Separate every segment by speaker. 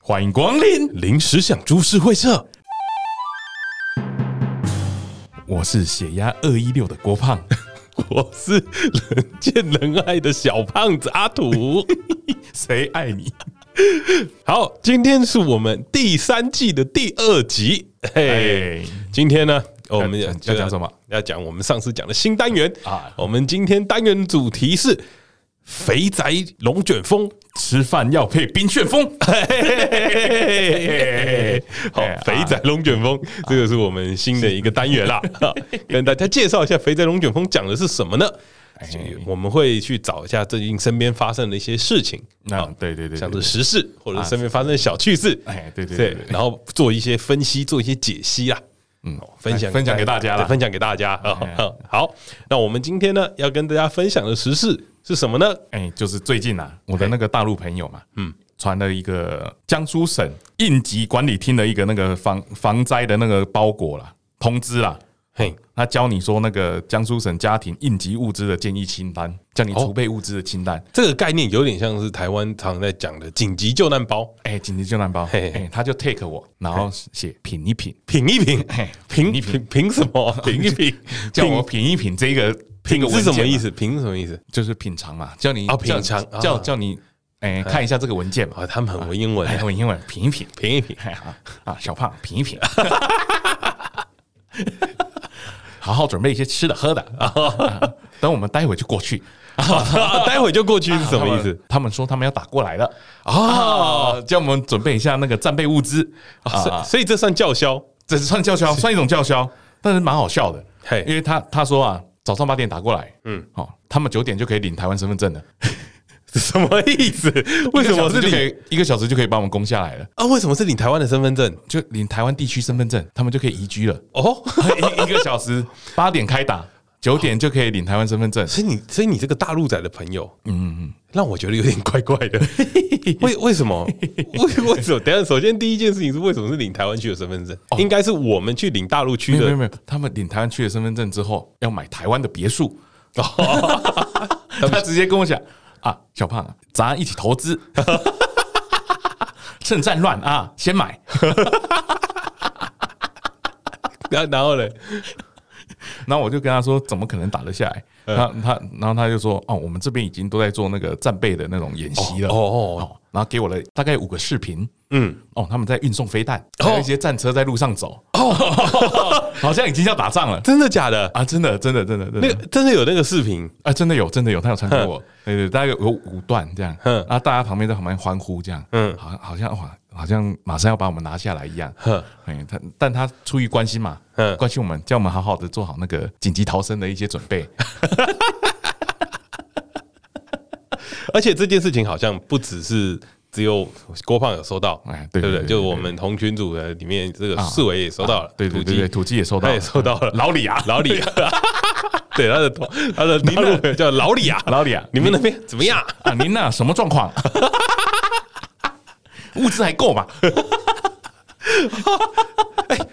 Speaker 1: 欢迎光临临时想株式会社。我是血压二一六的郭胖，
Speaker 2: 我是人见人爱的小胖子阿 土。
Speaker 1: 谁爱你？
Speaker 2: 好，今天是我们第三季的第二集。嘿，
Speaker 1: 哎，
Speaker 2: 今天呢，我们
Speaker 1: 要要讲什么？
Speaker 2: 要讲我们上次讲的新单元
Speaker 1: 啊
Speaker 2: 啊。我们今天单元主题是肥宅龙卷风。
Speaker 1: 吃饭要配冰旋 风。
Speaker 2: 嘿嘿嘿嘿嘿好
Speaker 1: 哎啊，
Speaker 2: 肥仔龙卷风，这个是我们新的一个单元啦，啊跟大家介绍一下肥仔龙卷风讲的是什么呢？就我们会去找一下最近身边发生的一些事情，
Speaker 1: 那
Speaker 2: 啊
Speaker 1: 对对对对
Speaker 2: 像
Speaker 1: 对
Speaker 2: 是时事或者身边发生的小趣事，
Speaker 1: 哎对对对对对
Speaker 2: 然后做一些分析，做一些解析啦。嗯，分享
Speaker 1: 哎分享给大家啦
Speaker 2: 对分享给大家啊！好，那我们今天呢要跟大家分享的时事是什么呢？
Speaker 1: 哎，就是最近啊，我的那个大陆朋友嘛，嗯，传了一个江苏省应急管理厅的一个那个防防灾的那个包裹啦，通知啦。
Speaker 2: 嘿，
Speaker 1: 他教你说那个江苏省家庭应急物资的建议清单，叫
Speaker 2: 哦
Speaker 1: 你储备物资的清单。
Speaker 2: 这个概念有点像是台湾常在讲的紧急救难包，
Speaker 1: 哎、紧急救难包，哎、
Speaker 2: 嘿嘿
Speaker 1: 他就 take 我，然后写品一品，
Speaker 2: 品一品
Speaker 1: 嘿，
Speaker 2: 品
Speaker 1: 品一
Speaker 2: 品品什 么？品一 品，
Speaker 1: 叫我品一品这个这
Speaker 2: 品
Speaker 1: 个啊
Speaker 2: 品是什么意
Speaker 1: 思？
Speaker 2: 思？品是什么意思？
Speaker 1: 就是品尝嘛，叫你
Speaker 2: 哦
Speaker 1: 叫
Speaker 2: 品尝
Speaker 1: 叫
Speaker 2: 啊
Speaker 1: 叫你哎、看一下这个文件嘛，
Speaker 2: 啊，他们很会英文
Speaker 1: 哎，，用英文品一品，
Speaker 2: 品一品。
Speaker 1: 哎啊啊，小胖品一品， 好好准备一些吃的喝的
Speaker 2: 哦
Speaker 1: 啊，等我们待会就过去。
Speaker 2: 待会就过去 是什么意
Speaker 1: 他
Speaker 2: 思
Speaker 1: 们？？他们说他们要打过来了
Speaker 2: 哦
Speaker 1: 啊，叫我们准备一下那个战备物资
Speaker 2: 啊所
Speaker 1: 啊
Speaker 2: 以，所以这算叫嚣。
Speaker 1: 这是算叫嚣，算一种叫嚣，但是蛮好笑的。
Speaker 2: 嘿
Speaker 1: 因为他他说啊，早上八点打过来，
Speaker 2: 嗯
Speaker 1: 嗯，好、他们九点就可以领台湾身份证了。
Speaker 2: 什么意思？为什么是
Speaker 1: 一个小时就可
Speaker 2: 领
Speaker 1: 以一个小时就可以把我们攻下来了？
Speaker 2: 啊？为什么是领台湾的身份证？
Speaker 1: 就领台湾地区身份证，他们就可以移居 了。
Speaker 2: 哦，
Speaker 1: 一一个小时， 八点开打，九点就可以领台湾身份证。
Speaker 2: 所以你，所以你这个大陆仔的朋友，嗯嗯嗯，让我觉得有点怪怪 的。为为什么？为为什么？等一下，首先第一件事情是为什么是领台湾区的身份证？应该是我们去领大陆区
Speaker 1: 没哦有没
Speaker 2: 的
Speaker 1: 有没有，他们领台湾区的身份证之后，要买台湾的别墅。哦 他直接跟我讲啊，小胖啊，咱一起投资， 趁战乱啊，先买。
Speaker 2: 然后然后呢？
Speaker 1: 然后我就跟他说，怎么可能打得下来？
Speaker 2: 嗯
Speaker 1: 他他，然后他就说，哦，我们这边已经都在做那个战备的那种演习了。
Speaker 2: 哦
Speaker 1: 哦
Speaker 2: 哦哦
Speaker 1: 哦，然后给我了大概五个视频。
Speaker 2: 嗯，
Speaker 1: 哦，他们在运送飞弹，
Speaker 2: 哦
Speaker 1: 还有一些战车在路上走。哦， 好像已经要打仗了
Speaker 2: 真的假的？
Speaker 1: 啊！真的，真的，真的，真
Speaker 2: 那
Speaker 1: 的
Speaker 2: 个真的有那个视频？
Speaker 1: 啊，真的有，真的有，他有传给我。对对，大概有有五段这样。
Speaker 2: 嗯
Speaker 1: 嗯，啊，大家旁边在旁边欢呼这样。
Speaker 2: 嗯
Speaker 1: 嗯，好像好像哇，好像马上要把我们拿下来一样。
Speaker 2: 哼，
Speaker 1: 哎，他但他出于关心嘛，
Speaker 2: 嗯
Speaker 1: 关心我们，叫我们好好的做好那个紧急逃生的一些准备。
Speaker 2: 而且这件事情好像不只是只有郭胖有收到，
Speaker 1: 哎
Speaker 2: 对
Speaker 1: 对
Speaker 2: 不对？
Speaker 1: 对对
Speaker 2: 就
Speaker 1: 对啊
Speaker 2: 我们同群组的里面，这个四维也 收到了，
Speaker 1: 对对
Speaker 2: 土
Speaker 1: 对
Speaker 2: 鸡哎
Speaker 1: 对，土鸡也收哎到
Speaker 2: 他也
Speaker 1: 了，
Speaker 2: 收到了，
Speaker 1: 老李啊，
Speaker 2: 老李， 对他的同他的邻路朋友叫老李啊，
Speaker 1: 老李啊
Speaker 2: 你们那边怎么样？
Speaker 1: 啊，您那什么 状况？物资还够吗？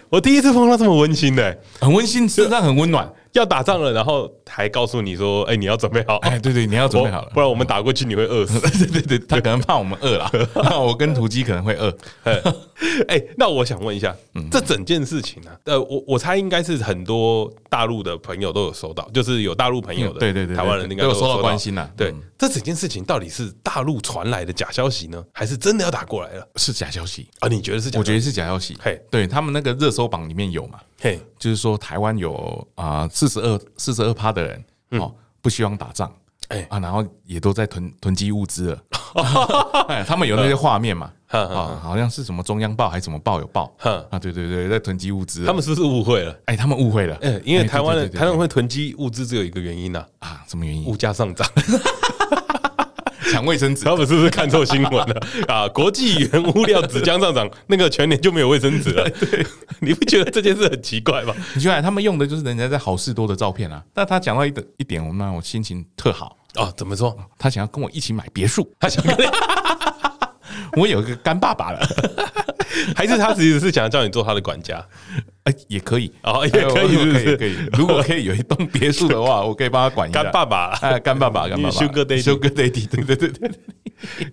Speaker 2: 我第一次碰到这么温馨的、
Speaker 1: 很温馨，事实上很温暖。
Speaker 2: 要打仗了，然后还告诉你说，哎、你要准备好，
Speaker 1: 哎，对对，你要准备好了
Speaker 2: 不。然我们打过去你会饿死。
Speaker 1: 对 对对，他可能怕我们饿 了，那我跟土鸡可能会饿。
Speaker 2: 哎、那我想问一下，
Speaker 1: 嗯
Speaker 2: 这整件事情呢、啊？呃，我我猜应该是很多大陆的朋友都有收到，就是有大陆朋友的，
Speaker 1: 嗯对对对对
Speaker 2: 台湾人应该
Speaker 1: 都有
Speaker 2: 有
Speaker 1: 收到
Speaker 2: 到
Speaker 1: 关心啊
Speaker 2: 对
Speaker 1: 嗯，
Speaker 2: 这整件事情到底是大陆传来的假消息呢，还是真的要打过来了
Speaker 1: 是假消息，
Speaker 2: 啊？你觉得是假消
Speaker 1: 我
Speaker 2: 息？
Speaker 1: 觉得是假消息
Speaker 2: 嘿。
Speaker 1: 对他们那个热搜榜里面有嘛，
Speaker 2: 嘿，
Speaker 1: 就是说台湾有啊四十二四十二趴的人哦不希望打仗，
Speaker 2: 哎
Speaker 1: 哎啊，然后也都在囤囤积物资 了。哎他们有那些画面 嘛，
Speaker 2: 嗯嗯
Speaker 1: 啊，好像是什么中央报还是什么报有报
Speaker 2: 嗯
Speaker 1: 啊，对对对，在囤积物资。
Speaker 2: 他们是不是误会了？
Speaker 1: 哎，他们误会了，
Speaker 2: 哎、因为
Speaker 1: 哎
Speaker 2: 台湾
Speaker 1: 对
Speaker 2: 人、
Speaker 1: 对对对
Speaker 2: 台湾人会囤积物资，只有一个原因呐、
Speaker 1: 啊，什么原因
Speaker 2: 物？价上涨。
Speaker 1: 抢卫生纸
Speaker 2: 他们是不是看错新闻了 啊？国际原物料纸浆上涨，那个全年就没有卫生纸 了。 你不觉得这件事很奇怪吗？
Speaker 1: 你就来，他们用的就是人家在好事多的照片啊。但他讲到一点一点，我那我心情特好。
Speaker 2: 哦，怎么说？
Speaker 1: 他想要跟我一起买别墅，
Speaker 2: 他 想跟你，
Speaker 1: 我有一个干爸爸了。
Speaker 2: 还是他其实是想要叫你做他的管家？
Speaker 1: 哎哎，也可以
Speaker 2: 哦也可以
Speaker 1: 哎我
Speaker 2: 是不是
Speaker 1: 可以，如果可以有一栋别墅的话，我可以帮他管一下。
Speaker 2: 干爸爸
Speaker 1: 哎，干爸 爸，干爸爸
Speaker 2: Sugar daddy
Speaker 1: ，Sugar Daddy，对对对对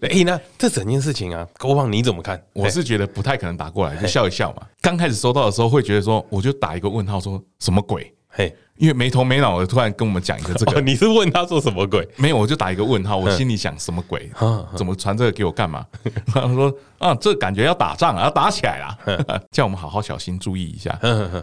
Speaker 1: 对，
Speaker 2: 哎、那这整件事情啊，国王你怎么看？
Speaker 1: 我是觉得不太可能打过来，就笑一笑嘛。刚开始收到的时候会觉得说，我就打一个问号，说什么鬼？
Speaker 2: 嘿，
Speaker 1: 因为没头没脑的突然跟我们讲一个这
Speaker 2: 哦，
Speaker 1: 个，
Speaker 2: 你是问他做什么鬼？
Speaker 1: 没有我就打一个问号，我心里想什么 鬼
Speaker 2: 嗯？
Speaker 1: 怎么传这个给我干嘛？ 他说啊，这感觉要打仗啊了，要打起 来了，
Speaker 2: 嗯
Speaker 1: 叫我们好好小心注意一下。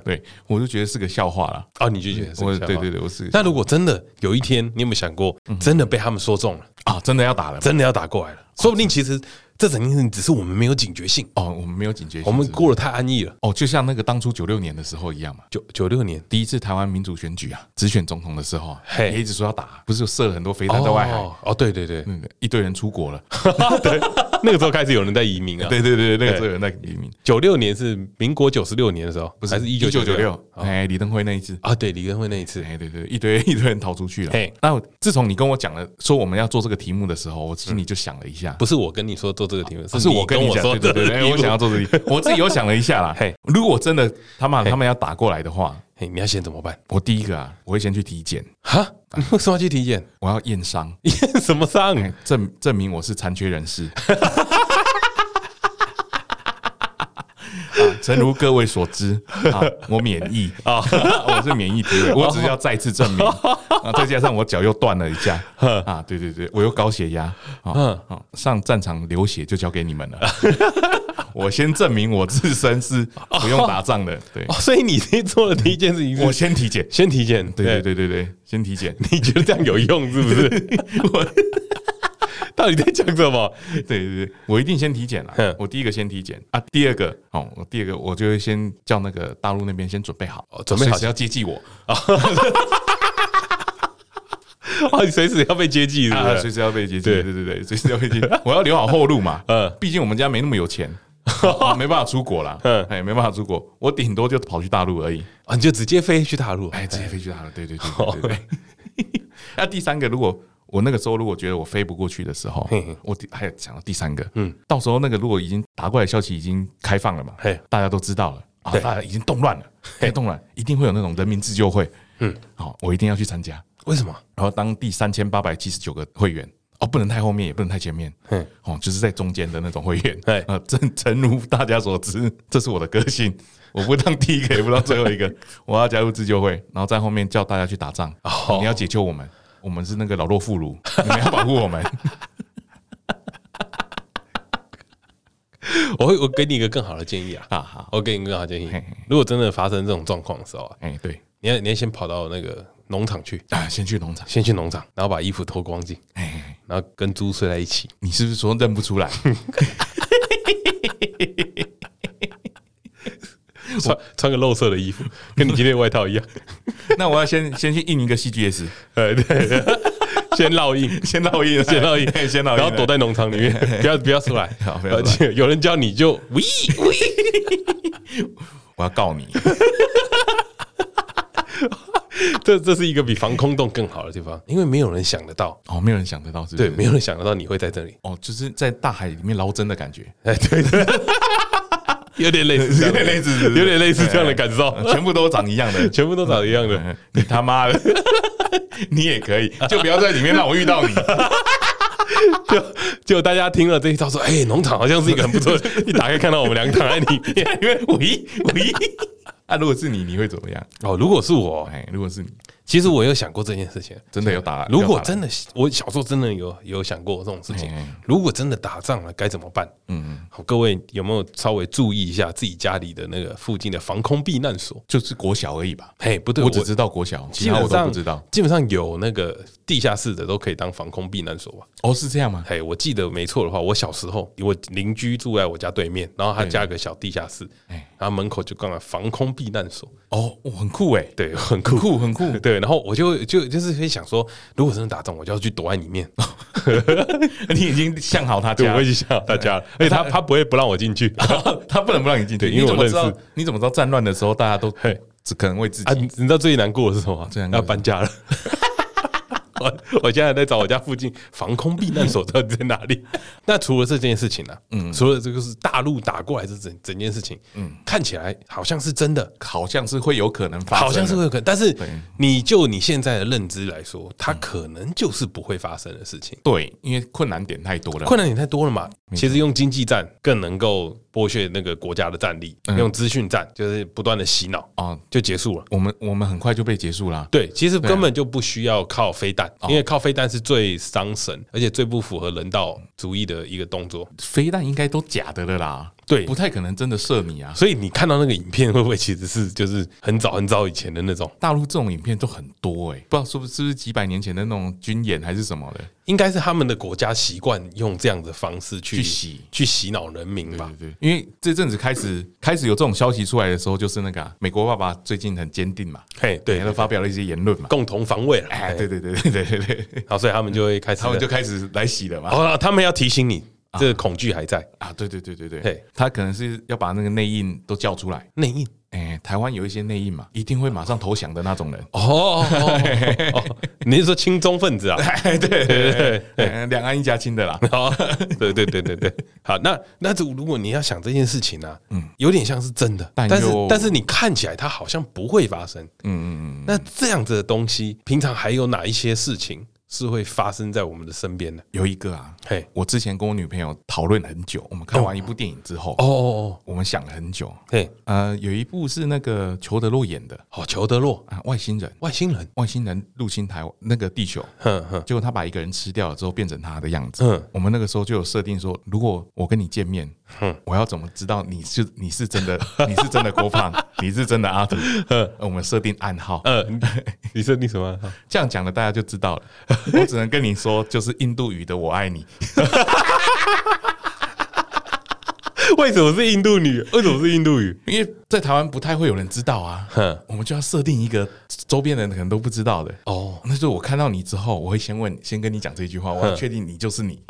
Speaker 1: 对，我就觉得是个笑话了。
Speaker 2: 哦，你就觉得嗯是
Speaker 1: 我
Speaker 2: 个笑话
Speaker 1: 对对对，我是
Speaker 2: 那如果真的有一天，你有没有想过，真的被他们说中了，
Speaker 1: 啊，真的要打了。
Speaker 2: 真的要打过来
Speaker 1: 嗯
Speaker 2: 了？说不定其实这整件事情只是我们没有警觉性，
Speaker 1: 哦，我们没有警觉性，
Speaker 2: 我们
Speaker 1: 是不是
Speaker 2: 过得太安逸了。
Speaker 1: 哦，就像那个当初九六年的时候一样嘛。
Speaker 2: 九九六年，
Speaker 1: 第一次台湾民主选举啊，直选总统的时候啊，
Speaker 2: 嘿
Speaker 1: 也一直说要打，不是有射了很多飞弹在外海，
Speaker 2: 哦，嗯哦对对 对，
Speaker 1: 嗯，一堆人出国了。
Speaker 2: 对，那个时候开始有人在移民啊。
Speaker 1: 对对对，那个时候有人在移民，
Speaker 2: 九六年是民国九十六年的时候，
Speaker 1: 不
Speaker 2: 还是一九九
Speaker 1: 九
Speaker 2: 六哦
Speaker 1: 六？哎，李登辉那一次。
Speaker 2: 啊？对，李根辉那一次，
Speaker 1: 哎，对对，一堆 一堆人逃出去了
Speaker 2: 嘿。
Speaker 1: 那自从你跟我讲了说我们要做这个题目的时候，我心里就想了一下，
Speaker 2: 不是我跟你说做这个题目，
Speaker 1: 不啊是我
Speaker 2: 跟
Speaker 1: 跟你讲，
Speaker 2: 说
Speaker 1: 对对对，
Speaker 2: 这个
Speaker 1: 对
Speaker 2: 题
Speaker 1: 我
Speaker 2: 目
Speaker 1: 想要做这个，我自己有想了一下啦
Speaker 2: 嘿。
Speaker 1: 如果真的他们他们要打过来的话，
Speaker 2: 嘿，你要先怎么办？
Speaker 1: 我第一个啊，我会先去体检，
Speaker 2: 哈，你为什么要去体 检？
Speaker 1: 我要验伤，
Speaker 2: 验什么伤？
Speaker 1: 哎证证明我是残缺人士。 啊啊诚如各位所知，啊，我免疫啊， 我是免疫体位，我只是要再次证明啊，再加上我脚又断了一下啊，对对对，我又高血压啊，啊上战场流血就交给你们了。 我先证明我自身是不用打仗的，对
Speaker 2: 哦，所以你先做的第一件事情是，
Speaker 1: 我先体检，
Speaker 2: 先体检，
Speaker 1: 对对，对对对，先体检，
Speaker 2: 你觉得这样有用是不是？
Speaker 1: 我
Speaker 2: 到底在讲什 么？
Speaker 1: 对对对，我一定先体检
Speaker 2: 哼
Speaker 1: 了。我第一个先体检啊，第二个哦，我第二个我就会先叫那个大陆那边先准备好
Speaker 2: 哦，准备好
Speaker 1: 随时要接济我
Speaker 2: 哦，你随时要被接济是
Speaker 1: 啊，
Speaker 2: 不
Speaker 1: 随
Speaker 2: 是？
Speaker 1: 时要被接济，
Speaker 2: 对
Speaker 1: 对对对对，随时要被接济，我要留好后路嘛。
Speaker 2: 嗯
Speaker 1: 嗯，毕竟我们家没那么有钱，啊没办法出国啦
Speaker 2: 嗯，
Speaker 1: 哎，没办法出国，我顶多就跑去大陆而已，
Speaker 2: 啊，你就直接飞去大陆， 哦
Speaker 1: 哎，直接飞去大陆。对对对对对对。那第三个，如果我那个时候如果觉得我飞不过去的时候
Speaker 2: 嘿嘿，
Speaker 1: 我第还有想到第三个，嗯，到时候那个如果已经打过来的消息已经开放了嘛，
Speaker 2: 嘿，
Speaker 1: 大家都知道了啊，
Speaker 2: 对
Speaker 1: 大家已经动乱了，开始动乱，一定会有那种人民自救会，
Speaker 2: 嗯
Speaker 1: 嗯，好，我一定要去参加。
Speaker 2: 为什么？
Speaker 1: 然后当第三千八百七十九个会员，哦，不能太后面，也不能太前面，
Speaker 2: 嗯
Speaker 1: 嗯，哦，就是在中间的那种会员
Speaker 2: 对，
Speaker 1: 呃，正诚如大家所知，这是我的个性，我不当 第一个，也不当最后一个，我要加入自救会，然后在后面叫大家去打仗，
Speaker 2: 哦
Speaker 1: 你要解救我们，我们是那个老弱妇孺，你们要保护 我们，
Speaker 2: 我会我给你一个更好的建议啊，
Speaker 1: 哈哈，
Speaker 2: 我给你一个更好的建议
Speaker 1: 嘿嘿。
Speaker 2: 如果真的发生这种状况的时候啊，
Speaker 1: 哎，对，
Speaker 2: 你要你要先跑到那个农场去，
Speaker 1: 啊，先去农场，
Speaker 2: 先去农场，然后把衣服脱光净，
Speaker 1: 哎，
Speaker 2: 然后跟猪睡在一起。
Speaker 1: 你是不是说认不出来？
Speaker 2: 穿穿个露色的衣服，跟你今天的外套 一样。
Speaker 1: 那我要先先去印一个 CGS，
Speaker 2: 呃，对，先烙印，
Speaker 1: 先烙印，
Speaker 2: 先烙
Speaker 1: 嘿
Speaker 2: 印，
Speaker 1: 先烙印，
Speaker 2: 然后躲在农场 里面，不要不要出来
Speaker 1: 好。不要
Speaker 2: 而
Speaker 1: 出
Speaker 2: 且有人叫你就喂喂，
Speaker 1: 我要告你。
Speaker 2: 这这是一个比防空洞更好的地方，因为没有人想得到，
Speaker 1: 哦，没有人想得到，是不
Speaker 2: 对，
Speaker 1: 是？
Speaker 2: 没有人想得到你会在这里。
Speaker 1: 哦，就是在大海里面捞针的感觉，
Speaker 2: 哎，对对，有点类似这样的，
Speaker 1: 有点类似是不是
Speaker 2: 有点类似这样的感受，。
Speaker 1: 呃全部都长一样 的
Speaker 2: 全部都长得一样的。
Speaker 1: 嗯你他妈 的，你也可以，就不要在里面让我遇 到你。
Speaker 2: 就就大家听了这一招说，哎，农场好像是一个很不错的，一打开看到我们两个躺在里面，因为喂喂。
Speaker 1: 啊，如果是你，你会怎么样？
Speaker 2: 哦，如果是我，
Speaker 1: 哎，如果是你，
Speaker 2: 其实我有想过这件事情，
Speaker 1: 真的有打，
Speaker 2: 如果
Speaker 1: 有打
Speaker 2: 真的，我小时候真的有有想过这种事情
Speaker 1: 嘿嘿，
Speaker 2: 如果真的打仗了该怎么办？嗯，各位有没有稍微注意一下自己家里的那个附近的防空避难所？
Speaker 1: 就是国小而已吧。
Speaker 2: 嘿，不对，
Speaker 1: 我只知道国小，其
Speaker 2: 基
Speaker 1: 他
Speaker 2: 本
Speaker 1: 我都
Speaker 2: 上
Speaker 1: 不知道。
Speaker 2: 基本上有那个地下室的都可以当防空避难所吧？
Speaker 1: 哦，是这样吗？
Speaker 2: 嘿，我记得没错的话，我小时候我邻居住在我家对面，然后他家有个小地下室，
Speaker 1: 哎，
Speaker 2: 然后门口就刚好防空避难所，
Speaker 1: 哦，哦很酷哎，
Speaker 2: 对，很酷
Speaker 1: 很。酷很酷。
Speaker 2: 对，然后我就就就是会想说，如果真的打仗，我就要去躲在里面， 啊
Speaker 1: 你已经向好他
Speaker 2: 对，
Speaker 1: 家
Speaker 2: 我，已经吓到大家了，而且他他不会不让我进去
Speaker 1: 他不能不让你进去。
Speaker 2: 对因为
Speaker 1: 你怎
Speaker 2: 我
Speaker 1: 么
Speaker 2: 认
Speaker 1: 知道
Speaker 2: 识？
Speaker 1: 你怎么知道战乱的时候大家都
Speaker 2: 嘿
Speaker 1: 只可能为自
Speaker 2: 啊！
Speaker 1: 己？
Speaker 2: 你知道最难过的是什么
Speaker 1: 最？难过
Speaker 2: 要
Speaker 1: 的是
Speaker 2: 搬家了，我 我现在在找我家附近防空避难所到底在哪里。 那除了这件事情呢、嗯，除了这个是大陆打过来这整整件事情，嗯，看起来好像是真的，
Speaker 1: 好像是会有可能发生的，
Speaker 2: 好像是会有可能，但是你就你现在的认知来说，它可能就是不会发生的事情。
Speaker 1: 对，因为困难点太多了。
Speaker 2: 困难点太多了嘛。其实用经济战更能够剥削那个国家的战力，
Speaker 1: 嗯
Speaker 2: 用资讯战就是不断的洗脑
Speaker 1: 哦
Speaker 2: 啊，就结束了。
Speaker 1: 我们我们很快就被结束啦。
Speaker 2: 对，其实根本就不需要靠飞弹，
Speaker 1: 啊
Speaker 2: 因为
Speaker 1: 哦
Speaker 2: 靠飞弹是最伤神，而且最不符合人道主义的一个动作。
Speaker 1: 飞弹应该都假的了啦，
Speaker 2: 对
Speaker 1: 不太可能真的射你啊。
Speaker 2: 所以你看到那个影片，会不会其实是就是很早很早以前的那种？
Speaker 1: 大陆这种影片都很多哎、不知道是不是是不是几百年前的那种军演还是什么的，
Speaker 2: 应该是他们的国家习惯用这样的方式去
Speaker 1: 去洗
Speaker 2: 去洗脑人民吧。
Speaker 1: 对，因为这阵子开始开始有这种消息出来的时候，就是那个啊、美国爸爸最近很坚定嘛，
Speaker 2: 嘿，对
Speaker 1: 他，都发表了一些言论嘛，
Speaker 2: 共同防卫了。
Speaker 1: 哎，
Speaker 2: 哎，
Speaker 1: 对对对对对对对，
Speaker 2: 然后所以他们就会开始，
Speaker 1: 他们就开始来洗了嘛，
Speaker 2: 哦，他们要提醒你，这个恐惧还在
Speaker 1: 啊，对对对对对
Speaker 2: 嘿，
Speaker 1: 他可能是要把那个内应都叫出来，
Speaker 2: 内应。
Speaker 1: 哎，台湾有一些内应嘛，一定会马上投降的那种人，
Speaker 2: 哦哦哦，哦你是说亲中分子啊？
Speaker 1: 哎，对
Speaker 2: 对
Speaker 1: 对
Speaker 2: 对对。
Speaker 1: 哎两岸一家亲的啦，
Speaker 2: 好，对对对对对，好，那那这如果你要想这件事情呢、啊，嗯，有点像是真的，
Speaker 1: 但
Speaker 2: 但是
Speaker 1: 又
Speaker 2: 但是你看起来它好像不会发生，嗯嗯嗯，那这样子的东西，平常还有哪一些事情是会发生在我们的身边的？
Speaker 1: 有一个啊，
Speaker 2: 嘿，
Speaker 1: 我之前跟我女朋友讨论很久，我们看完一部电影之后，
Speaker 2: 哦哦哦，
Speaker 1: 我们想了很久，
Speaker 2: 嘿，
Speaker 1: 呃，有一部是那个裘德洛演的
Speaker 2: 哦，裘德洛，
Speaker 1: 啊，外星人。
Speaker 2: 外星人，
Speaker 1: 外星人入侵台湾那个地球，
Speaker 2: 哼哼，
Speaker 1: 结果他把一个人吃掉了之后变成他的样子。
Speaker 2: 嗯
Speaker 1: 我们那个时候就有设定说，如果我跟你见面，
Speaker 2: 嗯
Speaker 1: 我要怎么知道你是你是 真的你是真的郭胖，你是真的阿土？
Speaker 2: 嗯
Speaker 1: 呃我们设定暗号，
Speaker 2: 呃，你设定什么？
Speaker 1: 这样讲了大家就知道了。我只能跟你说，就是印度语的“我爱你
Speaker 2: 为什么是印度女？为什么是印度语？”，
Speaker 1: 因为在台湾不太会有人知道啊。
Speaker 2: 哼，
Speaker 1: 我们就要设定一个周边人可能都不知道的。
Speaker 2: 哦，
Speaker 1: 那就是我看到你之后，我会先问，先跟你讲这句
Speaker 2: 嗯
Speaker 1: 话，我要确定你就是你。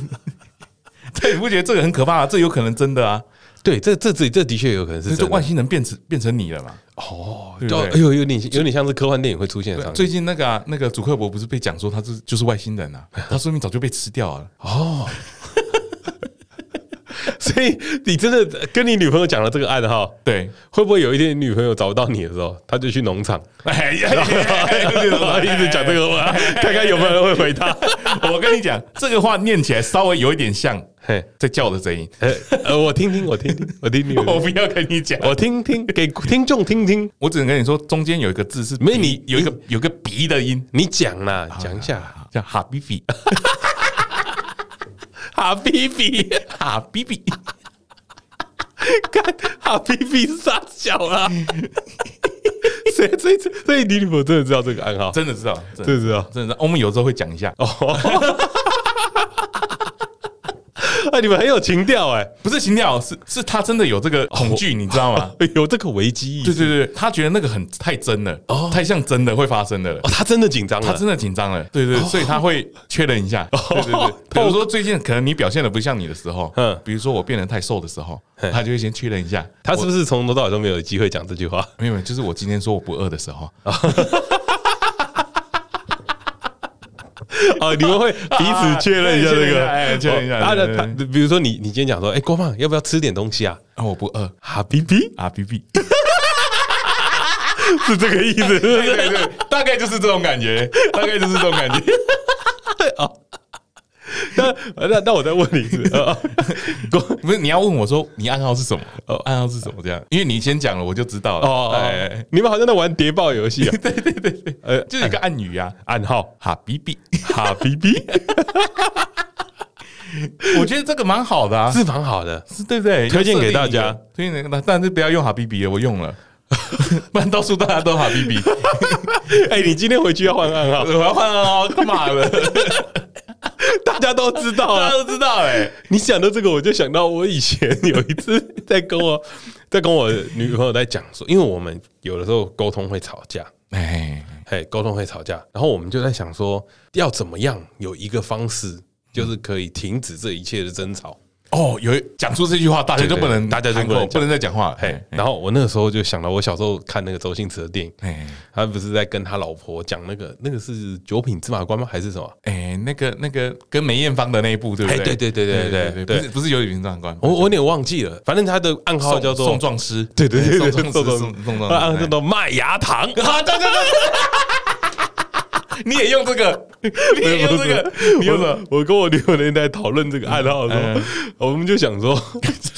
Speaker 1: 对，你不觉得这个很可怕、啊？这有可能真的啊！
Speaker 2: 对，这这这这的确有可能是
Speaker 1: 那就
Speaker 2: 真的
Speaker 1: 外星人变成变成你了嘛？
Speaker 2: 哦，
Speaker 1: 对
Speaker 2: 对，
Speaker 1: 不对
Speaker 2: 哎呦，有点有点像是科幻电影会出现的场景
Speaker 1: 最近那个、啊、那个主克伯不是被讲说他是就是外星人啊？他说明早就被吃掉了。
Speaker 2: 哦， 所以你真的跟你女朋友讲了这个暗号，
Speaker 1: 对，
Speaker 2: 会不会有一天你女朋友找不到你的时候，她就去农场，
Speaker 1: 哎呀，
Speaker 2: 然后一直讲这个 话，看看有没有人会回她？
Speaker 1: 我跟你讲，这个话念起来稍微有一点像
Speaker 2: 嘿，
Speaker 1: 在叫的声音。
Speaker 2: 呃呃，我听听，我听听，我听听，
Speaker 1: 我不要跟你讲，
Speaker 2: 我听听，给听众听听。
Speaker 1: 我只能跟你说，中间有一个字是
Speaker 2: 没你
Speaker 1: 有一个有个鼻的音，
Speaker 2: 你讲啦，讲一下啦，
Speaker 1: 叫哈比比。
Speaker 2: 哈比比，
Speaker 1: 哈比比，
Speaker 2: 看哈比比是傻小啦。所以，所以，所以你女朋友真的知道这个暗号？
Speaker 1: 真的知道，真
Speaker 2: 真的知道
Speaker 1: 真的知道。我们有时候会讲一下，
Speaker 2: 啊，你们很有情调哎、
Speaker 1: 不是情调，是是他真的有这个恐惧，你知道吗？
Speaker 2: 有这个危机意识
Speaker 1: 对对对，他觉得那个很太真了，太像真的会发生的了
Speaker 2: 哦，。他真的紧张了，
Speaker 1: 他真的紧张了，对对，所以他会确认一下，
Speaker 2: 哦
Speaker 1: 对对对。比如说最近可能你表现的不像你的时候，嗯
Speaker 2: 嗯，
Speaker 1: 比如说我变得太瘦的时候，他就会先确认一下。
Speaker 2: 他是不是从头到尾都没有机会讲这 句话？
Speaker 1: 没有，没有，就是我今天说我不饿的时候，
Speaker 2: 哦，你们 会彼此确认一下这个，
Speaker 1: 哎确认一下
Speaker 2: 哦啊，
Speaker 1: 对对
Speaker 2: 那
Speaker 1: 对
Speaker 2: 他比如说你，你今天讲说，哎，郭胖要不要吃点东西啊？
Speaker 1: 啊，我不饿，
Speaker 2: 哈比比
Speaker 1: 啊，比比，
Speaker 2: 是这个意思，是不
Speaker 1: 对
Speaker 2: 是？
Speaker 1: 对对，大概就是这种感觉，大概就是这种感觉。
Speaker 2: 那那 那我再问你一 次，啊郭
Speaker 1: 不是你要问我说你暗号是什么？哦，暗号是什么？这样，因为你先讲了，我就知道了。
Speaker 2: 哦
Speaker 1: 哎，
Speaker 2: 哦，你们好像在玩谍报游戏啊？ 对对对，呃，
Speaker 1: 就是一个暗语啊，
Speaker 2: 暗号
Speaker 1: 哈比比，
Speaker 2: 哈比比
Speaker 1: 我觉得这个蛮好的啊，
Speaker 2: 是蛮好的，
Speaker 1: 是对不对？
Speaker 2: 推荐给
Speaker 1: 要设定一个
Speaker 2: 大家，
Speaker 1: 推荐给大家，但是不要用哈比比，我用 了，不然到处大家都哈比比，
Speaker 2: 哎，你今天回去要换啊暗号，
Speaker 1: 我要换哦，干嘛了？
Speaker 2: 大家都知道
Speaker 1: 大家
Speaker 2: 啊。
Speaker 1: 都知道哎，
Speaker 2: 你讲到这个，我就想到我以前有一次在跟我 在跟我女朋友在讲说，因为我们有的时候沟通会吵架，
Speaker 1: 哎，
Speaker 2: 哎，沟通会吵架，然后我们就在想说，要怎么样有一个方式，就是可以停止这一切的争吵。
Speaker 1: 哦，有讲出这句话，大家就不能，
Speaker 2: 对对大家就
Speaker 1: 喊
Speaker 2: 不能
Speaker 1: 口不能再讲话了。
Speaker 2: 嘿，然后我那个时候就想到，我小时候看那个周星驰的电影，
Speaker 1: 哎
Speaker 2: 他不是在跟他老婆讲那个那个是九品芝麻官吗？还是什么？
Speaker 1: 哎，那个那个跟梅艳芳的那一部，对不
Speaker 2: 哎
Speaker 1: 对？
Speaker 2: 对对对对对
Speaker 1: 不
Speaker 2: 对
Speaker 1: 是不是有点长官，
Speaker 2: 我我有点忘记了，反正他的暗号
Speaker 1: 宋
Speaker 2: 叫做
Speaker 1: 宋壮师，哎
Speaker 2: 对对对对，
Speaker 1: 宋壮师，宋哎宋 壮
Speaker 2: 啊
Speaker 1: 师
Speaker 2: 叫，做麦芽 糖，啊，对对
Speaker 1: 哎你也用这 个，你也用这个，嗯你用什么？
Speaker 2: 我我跟我女朋友在讨论这个暗号的时候， 我们就想 说，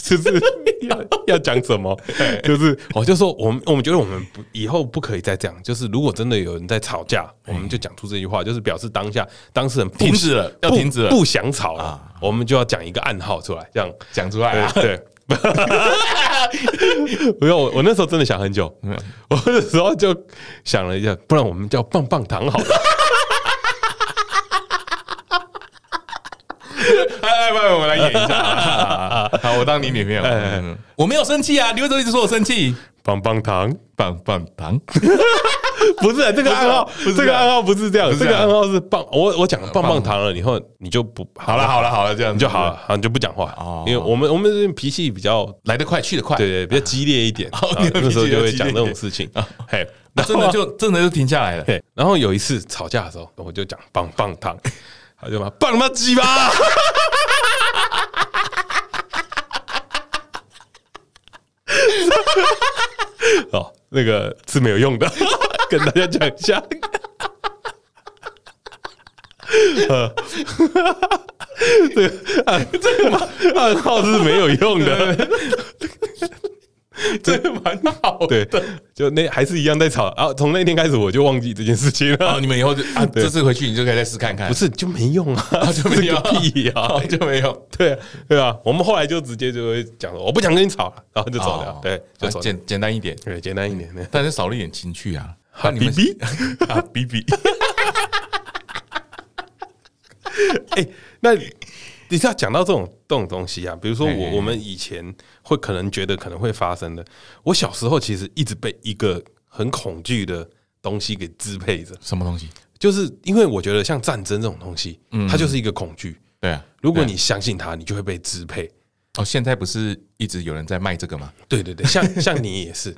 Speaker 2: 就是 要要讲什么，
Speaker 1: 哎
Speaker 2: 就是我就说我们我们觉得我们不以后不可以再这样，就是如果真的有人在吵架，我们就讲出这句话，就是表示当下当事人不
Speaker 1: 哎停止了要
Speaker 2: 不
Speaker 1: 停止了啊
Speaker 2: 不想吵了，我们就要讲一个暗号出来，这样
Speaker 1: 讲出来啊！
Speaker 2: 对。 不用，我我那时候真的想很久，
Speaker 1: 嗯
Speaker 2: 我那时候就想了一下，不然我们叫棒棒糖好 了。
Speaker 1: 哎哎，不，我们来演一下 啊。好，我当你女朋
Speaker 2: 哎
Speaker 1: 友。嗯我没有生气啊，你为什么一直说我生气？
Speaker 2: 棒棒糖
Speaker 1: 棒棒糖，
Speaker 2: 不是啊这个暗号，
Speaker 1: 不是啊
Speaker 2: 这个暗号不是这样，
Speaker 1: 不是
Speaker 2: 这
Speaker 1: 啊
Speaker 2: 个
Speaker 1: 这样
Speaker 2: 暗号是棒。我我讲了棒棒糖了以后，你就不
Speaker 1: 好了，好了好了，这样
Speaker 2: 你
Speaker 1: 子
Speaker 2: 就 好了，好你就不讲话
Speaker 1: 哦，
Speaker 2: 因为我们我们这脾气比较
Speaker 1: 来得快去得快。
Speaker 2: 对对比较激烈一点，然
Speaker 1: 哦
Speaker 2: 后
Speaker 1: 你的
Speaker 2: 那时候
Speaker 1: 脾气比较
Speaker 2: 就会
Speaker 1: 激烈
Speaker 2: 讲
Speaker 1: 一
Speaker 2: 那种
Speaker 1: 点
Speaker 2: 事情
Speaker 1: 啊。
Speaker 2: 嘿，
Speaker 1: 那真的就真的就停下来了。
Speaker 2: 对，然后有一次吵架的时候，我就讲棒棒糖， 他就骂棒他妈鸡巴， 哦，那个是没有用的， 跟大家讲一下。 呃， 这个暗这个暗号是没有用的，
Speaker 1: 这个蛮好的。
Speaker 2: 对，就那还是一样在吵。然后从那天开始，我就忘记这件事情了。
Speaker 1: 哦，你们以后就啊，这次回去你就可以再试看看。
Speaker 2: 不是就没用啊，
Speaker 1: 啊，就没有
Speaker 2: 这个屁呀、
Speaker 1: 哦就没有。
Speaker 2: 对啊对啊，我们后来就直接就会讲说，我不想跟你吵了，然后就走了，
Speaker 1: 哦
Speaker 2: 对，就
Speaker 1: 啊
Speaker 2: 走了，
Speaker 1: 简简单一点，
Speaker 2: 对，简单一点的。
Speaker 1: 但是少了一点情趣啊。
Speaker 2: 好，
Speaker 1: 那
Speaker 2: 比
Speaker 1: 你们
Speaker 2: 比，
Speaker 1: 啊，比比，
Speaker 2: 哎，那你知道讲到这种这种东西啊，比如说
Speaker 1: 嘿嘿
Speaker 2: 我
Speaker 1: 嘿
Speaker 2: 我们以前会可能觉得可能会发生的，我小时候其实一直被一个很恐惧的东西给支配着，
Speaker 1: 什么东西？
Speaker 2: 就是因为我觉得像战争这种东西，
Speaker 1: 嗯
Speaker 2: 它就是一个恐惧。
Speaker 1: 对啊，
Speaker 2: 如果
Speaker 1: 对啊
Speaker 2: 你相信它，你就会被支配。
Speaker 1: 哦，现在不是一直有人在卖这个吗？
Speaker 2: 对对对， 像像你也是，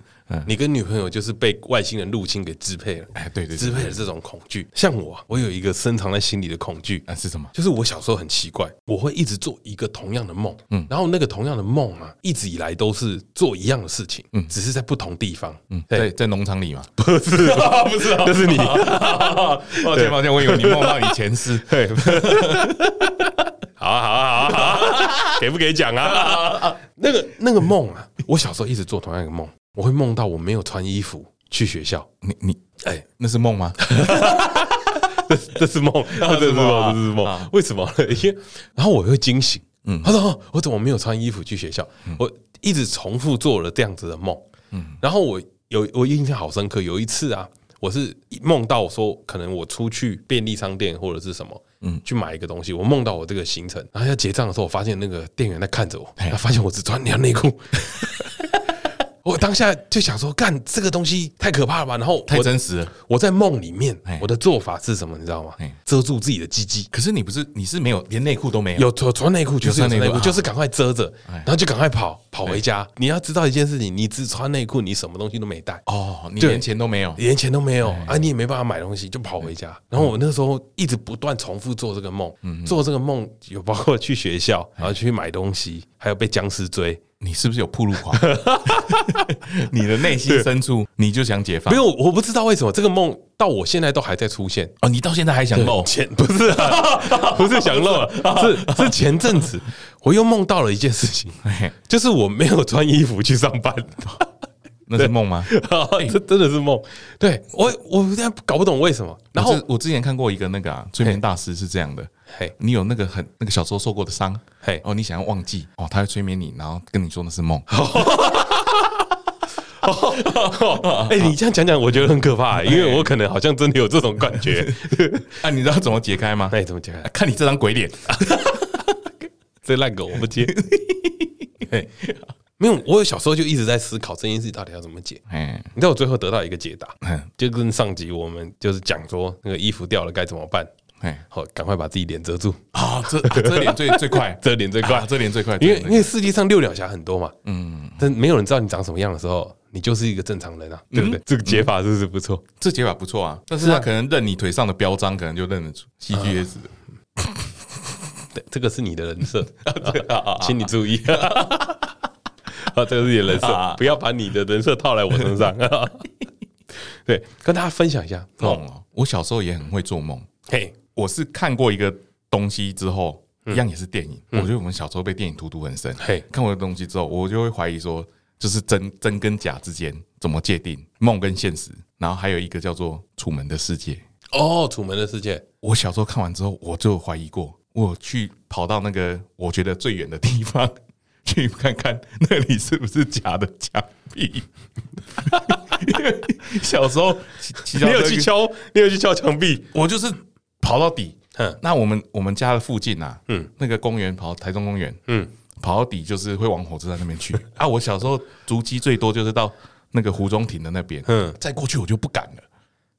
Speaker 2: 你跟女朋友就是被外星人入侵给支配了，
Speaker 1: 嗯哎，对对，
Speaker 2: 支
Speaker 1: 对
Speaker 2: 配了这种恐惧。像我，我有一个深藏在心里的恐惧，
Speaker 1: 啊是什么？
Speaker 2: 就是我小时候很奇怪，我会一直做一个同样的梦，嗯，然后那个同样的梦啊，一直以来都是做一样的事情，嗯，只是在不同地方，嗯，
Speaker 1: 在在农场里嘛？
Speaker 2: 不是 不是，就是你，
Speaker 1: 哦抱歉抱歉，我以为你梦到你前世。
Speaker 2: 对，好啊好啊好啊好啊，给不给讲啊？那个那个梦啊，我小时候一直做同样一个梦，我会梦到我没有穿衣服去学校。
Speaker 1: 你你
Speaker 2: 哎，
Speaker 1: 那是梦吗？
Speaker 2: 这 这是梦，啊这是梦，这是梦。为什么 呢？因为然后我会惊醒，嗯，他说哦我怎么没有穿衣服去学校？我一直重复做了这样子的梦，嗯，然后我有我印象好深刻，有一次啊，我是梦到说可能我出去便利商店或者是什么。嗯，去买一个东西，我梦到我这个行程，然后要结账的时候，我发现那个店员在看着我，他发现我只穿条内裤， 我当下就想说，干这个东西太可怕了吧，然后
Speaker 1: 太
Speaker 2: 我
Speaker 1: 真实了。
Speaker 2: 我在梦里面
Speaker 1: 嘿，
Speaker 2: 我的做法是什么？你知道吗
Speaker 1: 嘿？
Speaker 2: 遮住自己的鸡鸡，
Speaker 1: 可是你不是你是没有连内裤都没有？
Speaker 2: 有穿穿内裤就是有
Speaker 1: 有穿
Speaker 2: 穿内
Speaker 1: 内
Speaker 2: 裤，
Speaker 1: 裤
Speaker 2: 就是赶快遮着，
Speaker 1: 哎
Speaker 2: 然后就赶快跑跑回家。你要知道一件事情，你只穿内裤，你什么东西都没带，
Speaker 1: 哦，你
Speaker 2: 对
Speaker 1: 连钱都没有。
Speaker 2: 连钱都没有啊，你也没办法买东西，就跑回家。然后我那时候一直不断重复做这个梦，做这个梦有包括去学校，然后去买东西，还有被僵尸追。
Speaker 1: 你是不是有铺路 狂？你的内心深处你就想解放？
Speaker 2: 没有，我不知道为什么这个梦到我现在都还在出现。
Speaker 1: 哦，你到现在还想漏？
Speaker 2: 前不是、啊、 不是想漏 了，是是前阵子我又梦到了一件事情，
Speaker 1: 嘿
Speaker 2: 就是我没有穿衣服去上 班，
Speaker 1: 那是梦吗？
Speaker 2: 这真的是梦。对我我现在搞不懂为什么。然
Speaker 1: 然
Speaker 2: 后
Speaker 1: 后我之前看过一个那个啊，催眠大师是这样的
Speaker 2: 嘿。
Speaker 1: 你有那个很那个小时候受过的伤，
Speaker 2: 嘿
Speaker 1: 哦，你想要忘记哦，他会催眠你，然后跟你说那是梦。
Speaker 2: 哎、你这样讲讲，我觉得很可 怕、因为我可能好像真的有这种感 觉。
Speaker 1: 啊，你知道怎么解开吗啊
Speaker 2: 那？你怎么讲？啊
Speaker 1: 看你这张鬼脸，
Speaker 2: 这烂梗我不接。嘿 没有，我小时候就一直在思考这件事到底要怎么解。
Speaker 1: 哎，
Speaker 2: 你知道我最后得到一个解答，
Speaker 1: 嗯
Speaker 2: 就跟上集我们就是讲说那个衣服掉了该怎么办，
Speaker 1: 嘿
Speaker 2: 好，赶快把自己脸遮住，哎
Speaker 1: 啊，这啊这脸最最 快，
Speaker 2: 遮脸最快
Speaker 1: 啊，这脸最快，
Speaker 2: 因为
Speaker 1: 这
Speaker 2: 因
Speaker 1: 脸
Speaker 2: 为世界上六角侠很多嘛，嗯，但没有人知道你长什么样的时候，你就是一个正常人啊，对不嗯对？这个解法是不是不错？
Speaker 1: 这解法不错啊，但是他可能认你腿上的标章，可能就认得出 CGS 的。
Speaker 2: 对，这个是你的人设， 请你注意。 啊，这个是你的人设，不要把你的人设套来我身上。 对，跟大家分享一下哦。
Speaker 1: 梦哦，我小时候也很会做梦，
Speaker 2: 嘿，
Speaker 1: 我是看过一个东西之后，一样也是电影。我觉得我们小时候被电影荼毒很深。
Speaker 2: 嘿
Speaker 1: 看过的东西之后，我就会怀疑说，就是真真跟假之间怎么界定梦跟现实？然后还有一个叫做《楚门的世界》。
Speaker 2: 哦，《楚门的世界》
Speaker 1: 我小时候看完之后，我就有怀疑过，我去跑到那个我觉得最远的地方去看看那里是不是假的墙壁。因为小时候骑骑脚
Speaker 2: 你
Speaker 1: 踏车
Speaker 2: 有去敲，你有去敲墙壁，
Speaker 1: 我就是跑到底。
Speaker 2: 哼
Speaker 1: 那我们我们家的附近啊，嗯，那个公园跑台中公园，嗯，跑到底就是会往火车站那边去啊。我小时候足迹最多就是到那个湖中亭的那边，
Speaker 2: 嗯
Speaker 1: 嗯，哦再过去我就不敢了，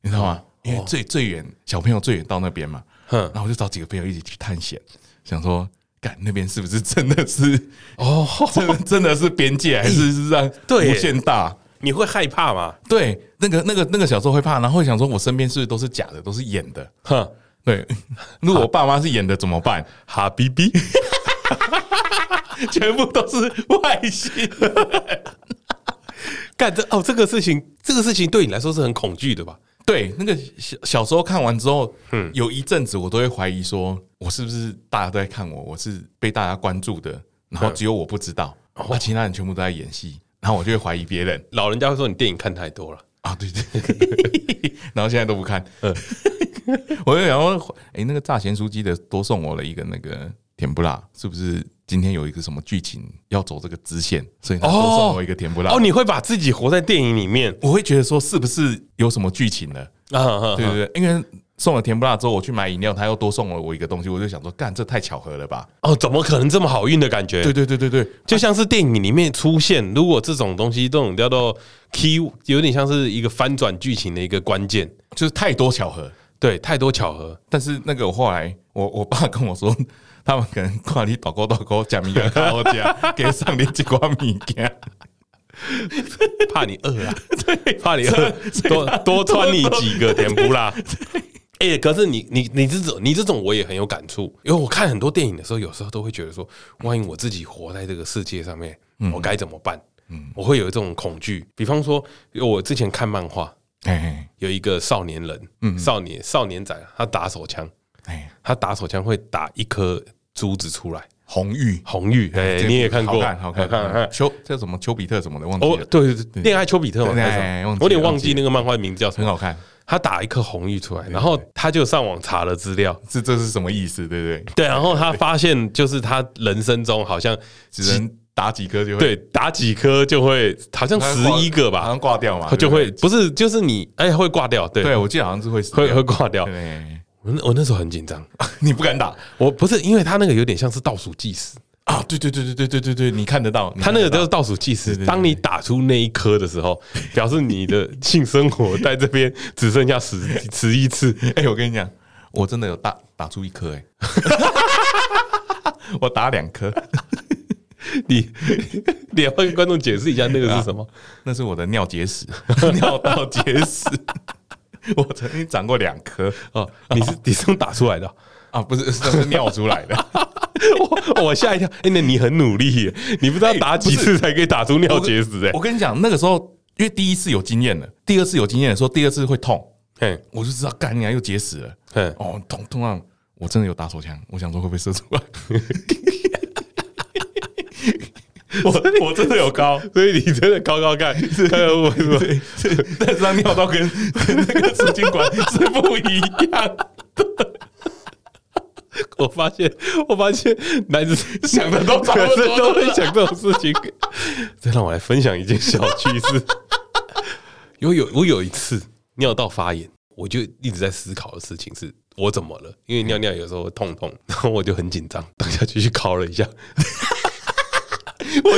Speaker 1: 你知道吗？因为最最远小朋友最远到那边嘛，
Speaker 2: 哼
Speaker 1: 然后我就找几个朋友一起去探险，想说。干那边是不是真的是
Speaker 2: 哦，
Speaker 1: 真的真的是边界还是是让
Speaker 2: 对耶
Speaker 1: 无限大？
Speaker 2: 你会害怕吗？
Speaker 1: 对，那个那个那个小时候会怕，然后会想说我身边是不是都是假的，都是演的？
Speaker 2: 哼，
Speaker 1: 对， 如果我爸妈是演的怎么办？
Speaker 2: 哈逼逼，
Speaker 1: 全部都是外星。
Speaker 2: 干这哦，这个事情，这个事情对你来说是很恐惧的吧？
Speaker 1: 对，那个小小时候看完之后，嗯，有一阵子我都会怀疑说，我是不是大家都在看我，我是被大家关注的，然
Speaker 2: 嗯
Speaker 1: 后只有我不知道，
Speaker 2: 哦
Speaker 1: 那、其他人全部都在演戏，然后我就会怀疑别人
Speaker 2: 老人家会说你电影看太多了，
Speaker 1: 啊，对对， 然后现在都不看，
Speaker 2: 嗯
Speaker 1: 我就想说，哎、那个炸咸酥鸡的多送我了一个那个甜不辣，是不是今天有一个什么剧情要走这个支线，所以他多送我一个甜不辣？
Speaker 2: 哦，你会把自己活在电影里面
Speaker 1: 我会觉得说是不是有什么剧情了？
Speaker 2: 啊？
Speaker 1: 对对对，因为送了甜不辣之后，我去买饮料，他又多送了我一个东西，我就想说，干这太巧合了吧？
Speaker 2: 哦，怎么可能这么好运的感觉？
Speaker 1: 对对对对对，
Speaker 2: 就像是电影里面出现，如果这种东西这种叫做 key，有点像是一个翻转剧情的一个关键。
Speaker 1: 就是太多巧合。
Speaker 2: 对，太多巧合，
Speaker 1: 但是那个我后来，我 我爸跟我说，他们可能挂你祷告祷告，假米干卡我 家，给上你几瓜米干，
Speaker 2: 怕你饿 啊，怕你饿，多多穿你几个甜不辣。哎、可是你你你这种你这种我也很有感触，因为我看很多电影的时候，有时候都会觉得说，万一我自己活在这个世界上面，
Speaker 1: 嗯
Speaker 2: 我该怎么办？我会有这种恐惧。比方说，我之前看漫画，
Speaker 1: 哎
Speaker 2: 有一个少年人，
Speaker 1: 嗯
Speaker 2: 少年少年仔，他打手枪，
Speaker 1: 哎，
Speaker 2: 他打手枪会打一颗珠子出来，
Speaker 1: 红玉，
Speaker 2: 红玉，哎、
Speaker 1: 这个
Speaker 2: 你也看过，哎
Speaker 1: 好看好看，好看
Speaker 2: 看
Speaker 1: 丘叫什么丘比特什么的忘记
Speaker 2: 哦
Speaker 1: 了，，
Speaker 2: 对对对，恋爱丘比特嘛，
Speaker 1: 对
Speaker 2: 那时候
Speaker 1: 哎忘记
Speaker 2: 我有点
Speaker 1: 了
Speaker 2: 忘
Speaker 1: 忘记
Speaker 2: 记那个漫画名字叫什
Speaker 1: 很
Speaker 2: 么。
Speaker 1: 好看，
Speaker 2: 他打一颗红玉出来，然后他就上网查了资料，
Speaker 1: 这这是什么意思？对不对？
Speaker 2: 对，然后他发现就是他人生中好像
Speaker 1: 只能打几颗就会
Speaker 2: 对打几颗就会好像
Speaker 1: 好像
Speaker 2: 十
Speaker 1: 挂
Speaker 2: 一个
Speaker 1: 好
Speaker 2: 吧，
Speaker 1: 像挂掉嘛，
Speaker 2: 就
Speaker 1: 对不对
Speaker 2: 会不是就是你哎会挂掉，对，
Speaker 1: 对我记得好像是会死
Speaker 2: 会
Speaker 1: 掉
Speaker 2: 会挂掉。
Speaker 1: 对，
Speaker 2: 我那我那时候很紧张，
Speaker 1: 你不敢打
Speaker 2: 我不是因为他那个有点像是倒数计时，
Speaker 1: 啊？对对对对对对对对，你看得到，
Speaker 2: 他那个
Speaker 1: 都
Speaker 2: 都是倒数计时
Speaker 1: 对对。对
Speaker 2: 当你打出那一颗的时候，表示你的性生活在这边只剩下十十一次。
Speaker 1: 哎、我跟你讲，我真的有打打出一颗哎、 我打两颗，
Speaker 2: 你 你要跟观众解释一下那个是什么？
Speaker 1: 那是我的尿结石， 尿道结石。 我曾经长过两颗
Speaker 2: 哦，你是你是用打出来的哦、
Speaker 1: 啊，不是，那是尿出来的。
Speaker 2: 我我吓一跳。哎、那你很努力耶，你不知道打几次才可以打出尿结石哎、
Speaker 1: 我跟你讲，那个时候因为第一次有经验了，第二次有经验的时候，第二次会痛，
Speaker 2: 嘿，
Speaker 1: 我就知道干你娘又结石了。
Speaker 2: 嗯
Speaker 1: 哦，痛痛到我真的有打手枪，我想说会不会射出来？ 我我真的有高，
Speaker 2: 所以你真的高高 干，看看我什么？
Speaker 1: 但是它尿道跟跟那个输精管是不一样，
Speaker 2: 我发现，我发现男子
Speaker 1: 想的都差不多
Speaker 2: 都会想这种事情。再让我来分享一件小趣事。有有我有一次尿道发炎，我就一直在思考的事情是我怎么了？因为尿尿有时候会痛痛，然后我就很紧张，当下就去考了一下。我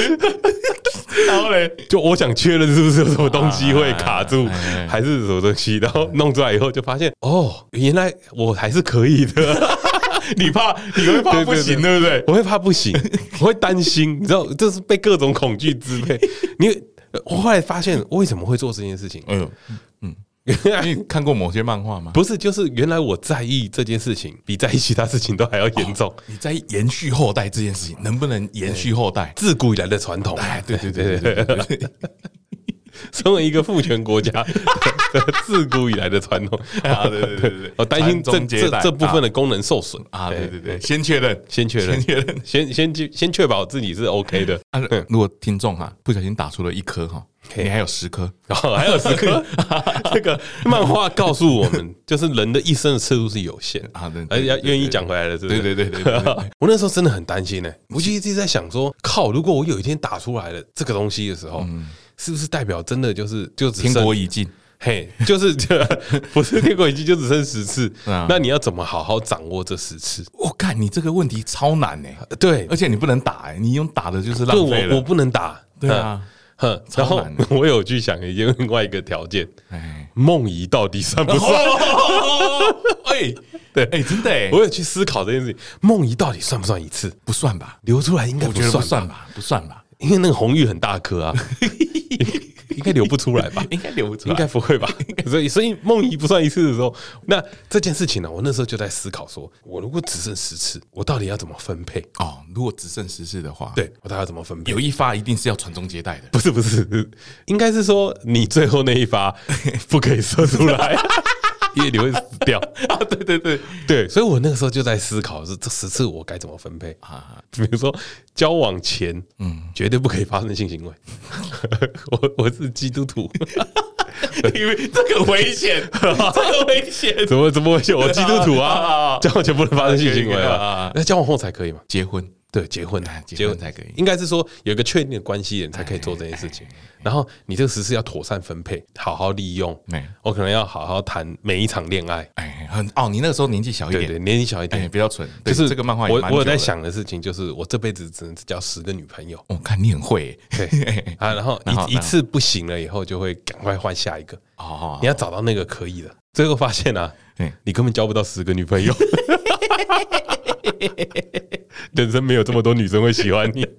Speaker 1: 然后嘞，
Speaker 2: 就我想确认是不是有什么东西会卡住
Speaker 1: 啊哎哎哎，
Speaker 2: 还是什么东西，然后弄出来以后就发现，哦，原来我还是可以的。
Speaker 1: 你怕你会怕
Speaker 2: 对对
Speaker 1: 不
Speaker 2: 对
Speaker 1: 行，对不对？
Speaker 2: 我会怕不行，我会担心，你知道，这是被各种恐惧支 配。你呃我后来发现为什么会做这件事情，
Speaker 1: 哎呦，你看过某些漫画吗？
Speaker 2: 不是就是原来我在意这件事情比在意其他事情都还要严重。
Speaker 1: 你在延续后代这件事情，能不能延续后代？
Speaker 2: 自古以来的传统，
Speaker 1: 哎，对对对对 对对对，
Speaker 2: 身为一个父权国家，自古以来的传统
Speaker 1: 啊对对对对 对
Speaker 2: 我担心
Speaker 1: 传
Speaker 2: 这
Speaker 1: 宗接代
Speaker 2: 这这部分的功能受损
Speaker 1: 啊，对对对，先确认，
Speaker 2: 先确认
Speaker 1: 先确认。
Speaker 2: 先先去先确保自己是 OK 的。
Speaker 1: 啊，如果听众啊不小心打出了一颗哈，
Speaker 2: 嗯嘿
Speaker 1: 你还有十颗，
Speaker 2: 然后哦还有时 刻，这个漫画告诉我们，就是人的一生的次数是有限
Speaker 1: 啊
Speaker 2: 啊
Speaker 1: 对，对
Speaker 2: 而且要
Speaker 1: 对对
Speaker 2: 愿意讲回来的，是不
Speaker 1: 对
Speaker 2: 是？
Speaker 1: 对对对对对
Speaker 2: 我那时候真的很担心呢、我就一直在想说，靠，如果我有一天打出来了这个东西的时候，是不是代表真的就是就只
Speaker 1: 嗯天
Speaker 2: 剩
Speaker 1: 国已尽，
Speaker 2: 嘿，就是 这不是天国已经就只剩十次，
Speaker 1: 啊
Speaker 2: 那你要怎么好好掌握这十次？
Speaker 1: 我看你这个问题超难呢，
Speaker 2: 呃对
Speaker 1: 而，且你不能打欸，你用打的就是浪
Speaker 2: 就
Speaker 1: 费
Speaker 2: 我我
Speaker 1: 了。
Speaker 2: 不能打，
Speaker 1: 对啊
Speaker 2: 嗯，哼，然
Speaker 1: 超
Speaker 2: 后
Speaker 1: 难的
Speaker 2: 我有去想一件另外一个条件，
Speaker 1: 哎，
Speaker 2: 梦遗到底算不算？
Speaker 1: 哎，对，哎，真的欸，
Speaker 2: 我有去思考这件事情，梦遗到底算不算一次？
Speaker 1: 不算吧？
Speaker 2: 流出来应该
Speaker 1: 我
Speaker 2: 不
Speaker 1: 觉得不
Speaker 2: 算，
Speaker 1: 算吧，不算吧，
Speaker 2: 因为那个红玉很大颗 啊，应该流不出来吧？
Speaker 1: 应该留不出
Speaker 2: 应
Speaker 1: 来。
Speaker 2: 该不会吧？ 所以，所以梦遗不算一次的时候，那这件事情呢，我那时候就在思考说，我如果只剩十次，我到底要怎么分配？
Speaker 1: 哦，如果只剩十次的话，，
Speaker 2: 对我到底要怎么分配
Speaker 1: 有？一发一定是要传宗接代的。
Speaker 2: 不是不是，应该是说你最后那一发不可以射出来， 因为你会死掉。
Speaker 1: 啊，对对对，
Speaker 2: 对，所以我那个时候就在思考，是这十次我该怎么分配啊？比如说交往前，嗯，绝对不可以发生性行为。 我我是基督徒，
Speaker 1: 因为这个危险，这个危险。
Speaker 2: 怎么怎么会我基督徒
Speaker 1: 啊
Speaker 2: 啊？ 交往前不能发生性行为
Speaker 1: 可以可以啊啊
Speaker 2: 啊
Speaker 1: 啊？
Speaker 2: 那交往后才可以嘛？
Speaker 1: 结婚，
Speaker 2: 对，结婚
Speaker 1: 哎结婚才可以哎
Speaker 2: 应该是说有一个确定的关系的人才可以做这件事情。然后你这个十次要妥善分配，好好利用
Speaker 1: 哎。
Speaker 2: 我可能要好好谈每一场恋爱。
Speaker 1: 哎，很哦，你那个时候年纪小一
Speaker 2: 对
Speaker 1: 点
Speaker 2: 对，，年纪小一
Speaker 1: 哎，
Speaker 2: 点
Speaker 1: 比，较蠢。
Speaker 2: 就
Speaker 1: 对
Speaker 2: 是
Speaker 1: 这个漫画也
Speaker 2: 我
Speaker 1: 蛮
Speaker 2: 我有
Speaker 1: 久
Speaker 2: 在
Speaker 1: 的，
Speaker 2: 想的事情，就是我这辈子只能交十个女朋友。
Speaker 1: 我看你很会 欸。
Speaker 2: 对啊，然后
Speaker 1: 然后
Speaker 2: 一一次不行了以后，就会赶快换下一个。
Speaker 1: 哦
Speaker 2: 你，要找到那个可以的，最后发现啊
Speaker 1: 哎，
Speaker 2: 你根本交不到十个女朋友， 人生没有这么多女生会喜欢你，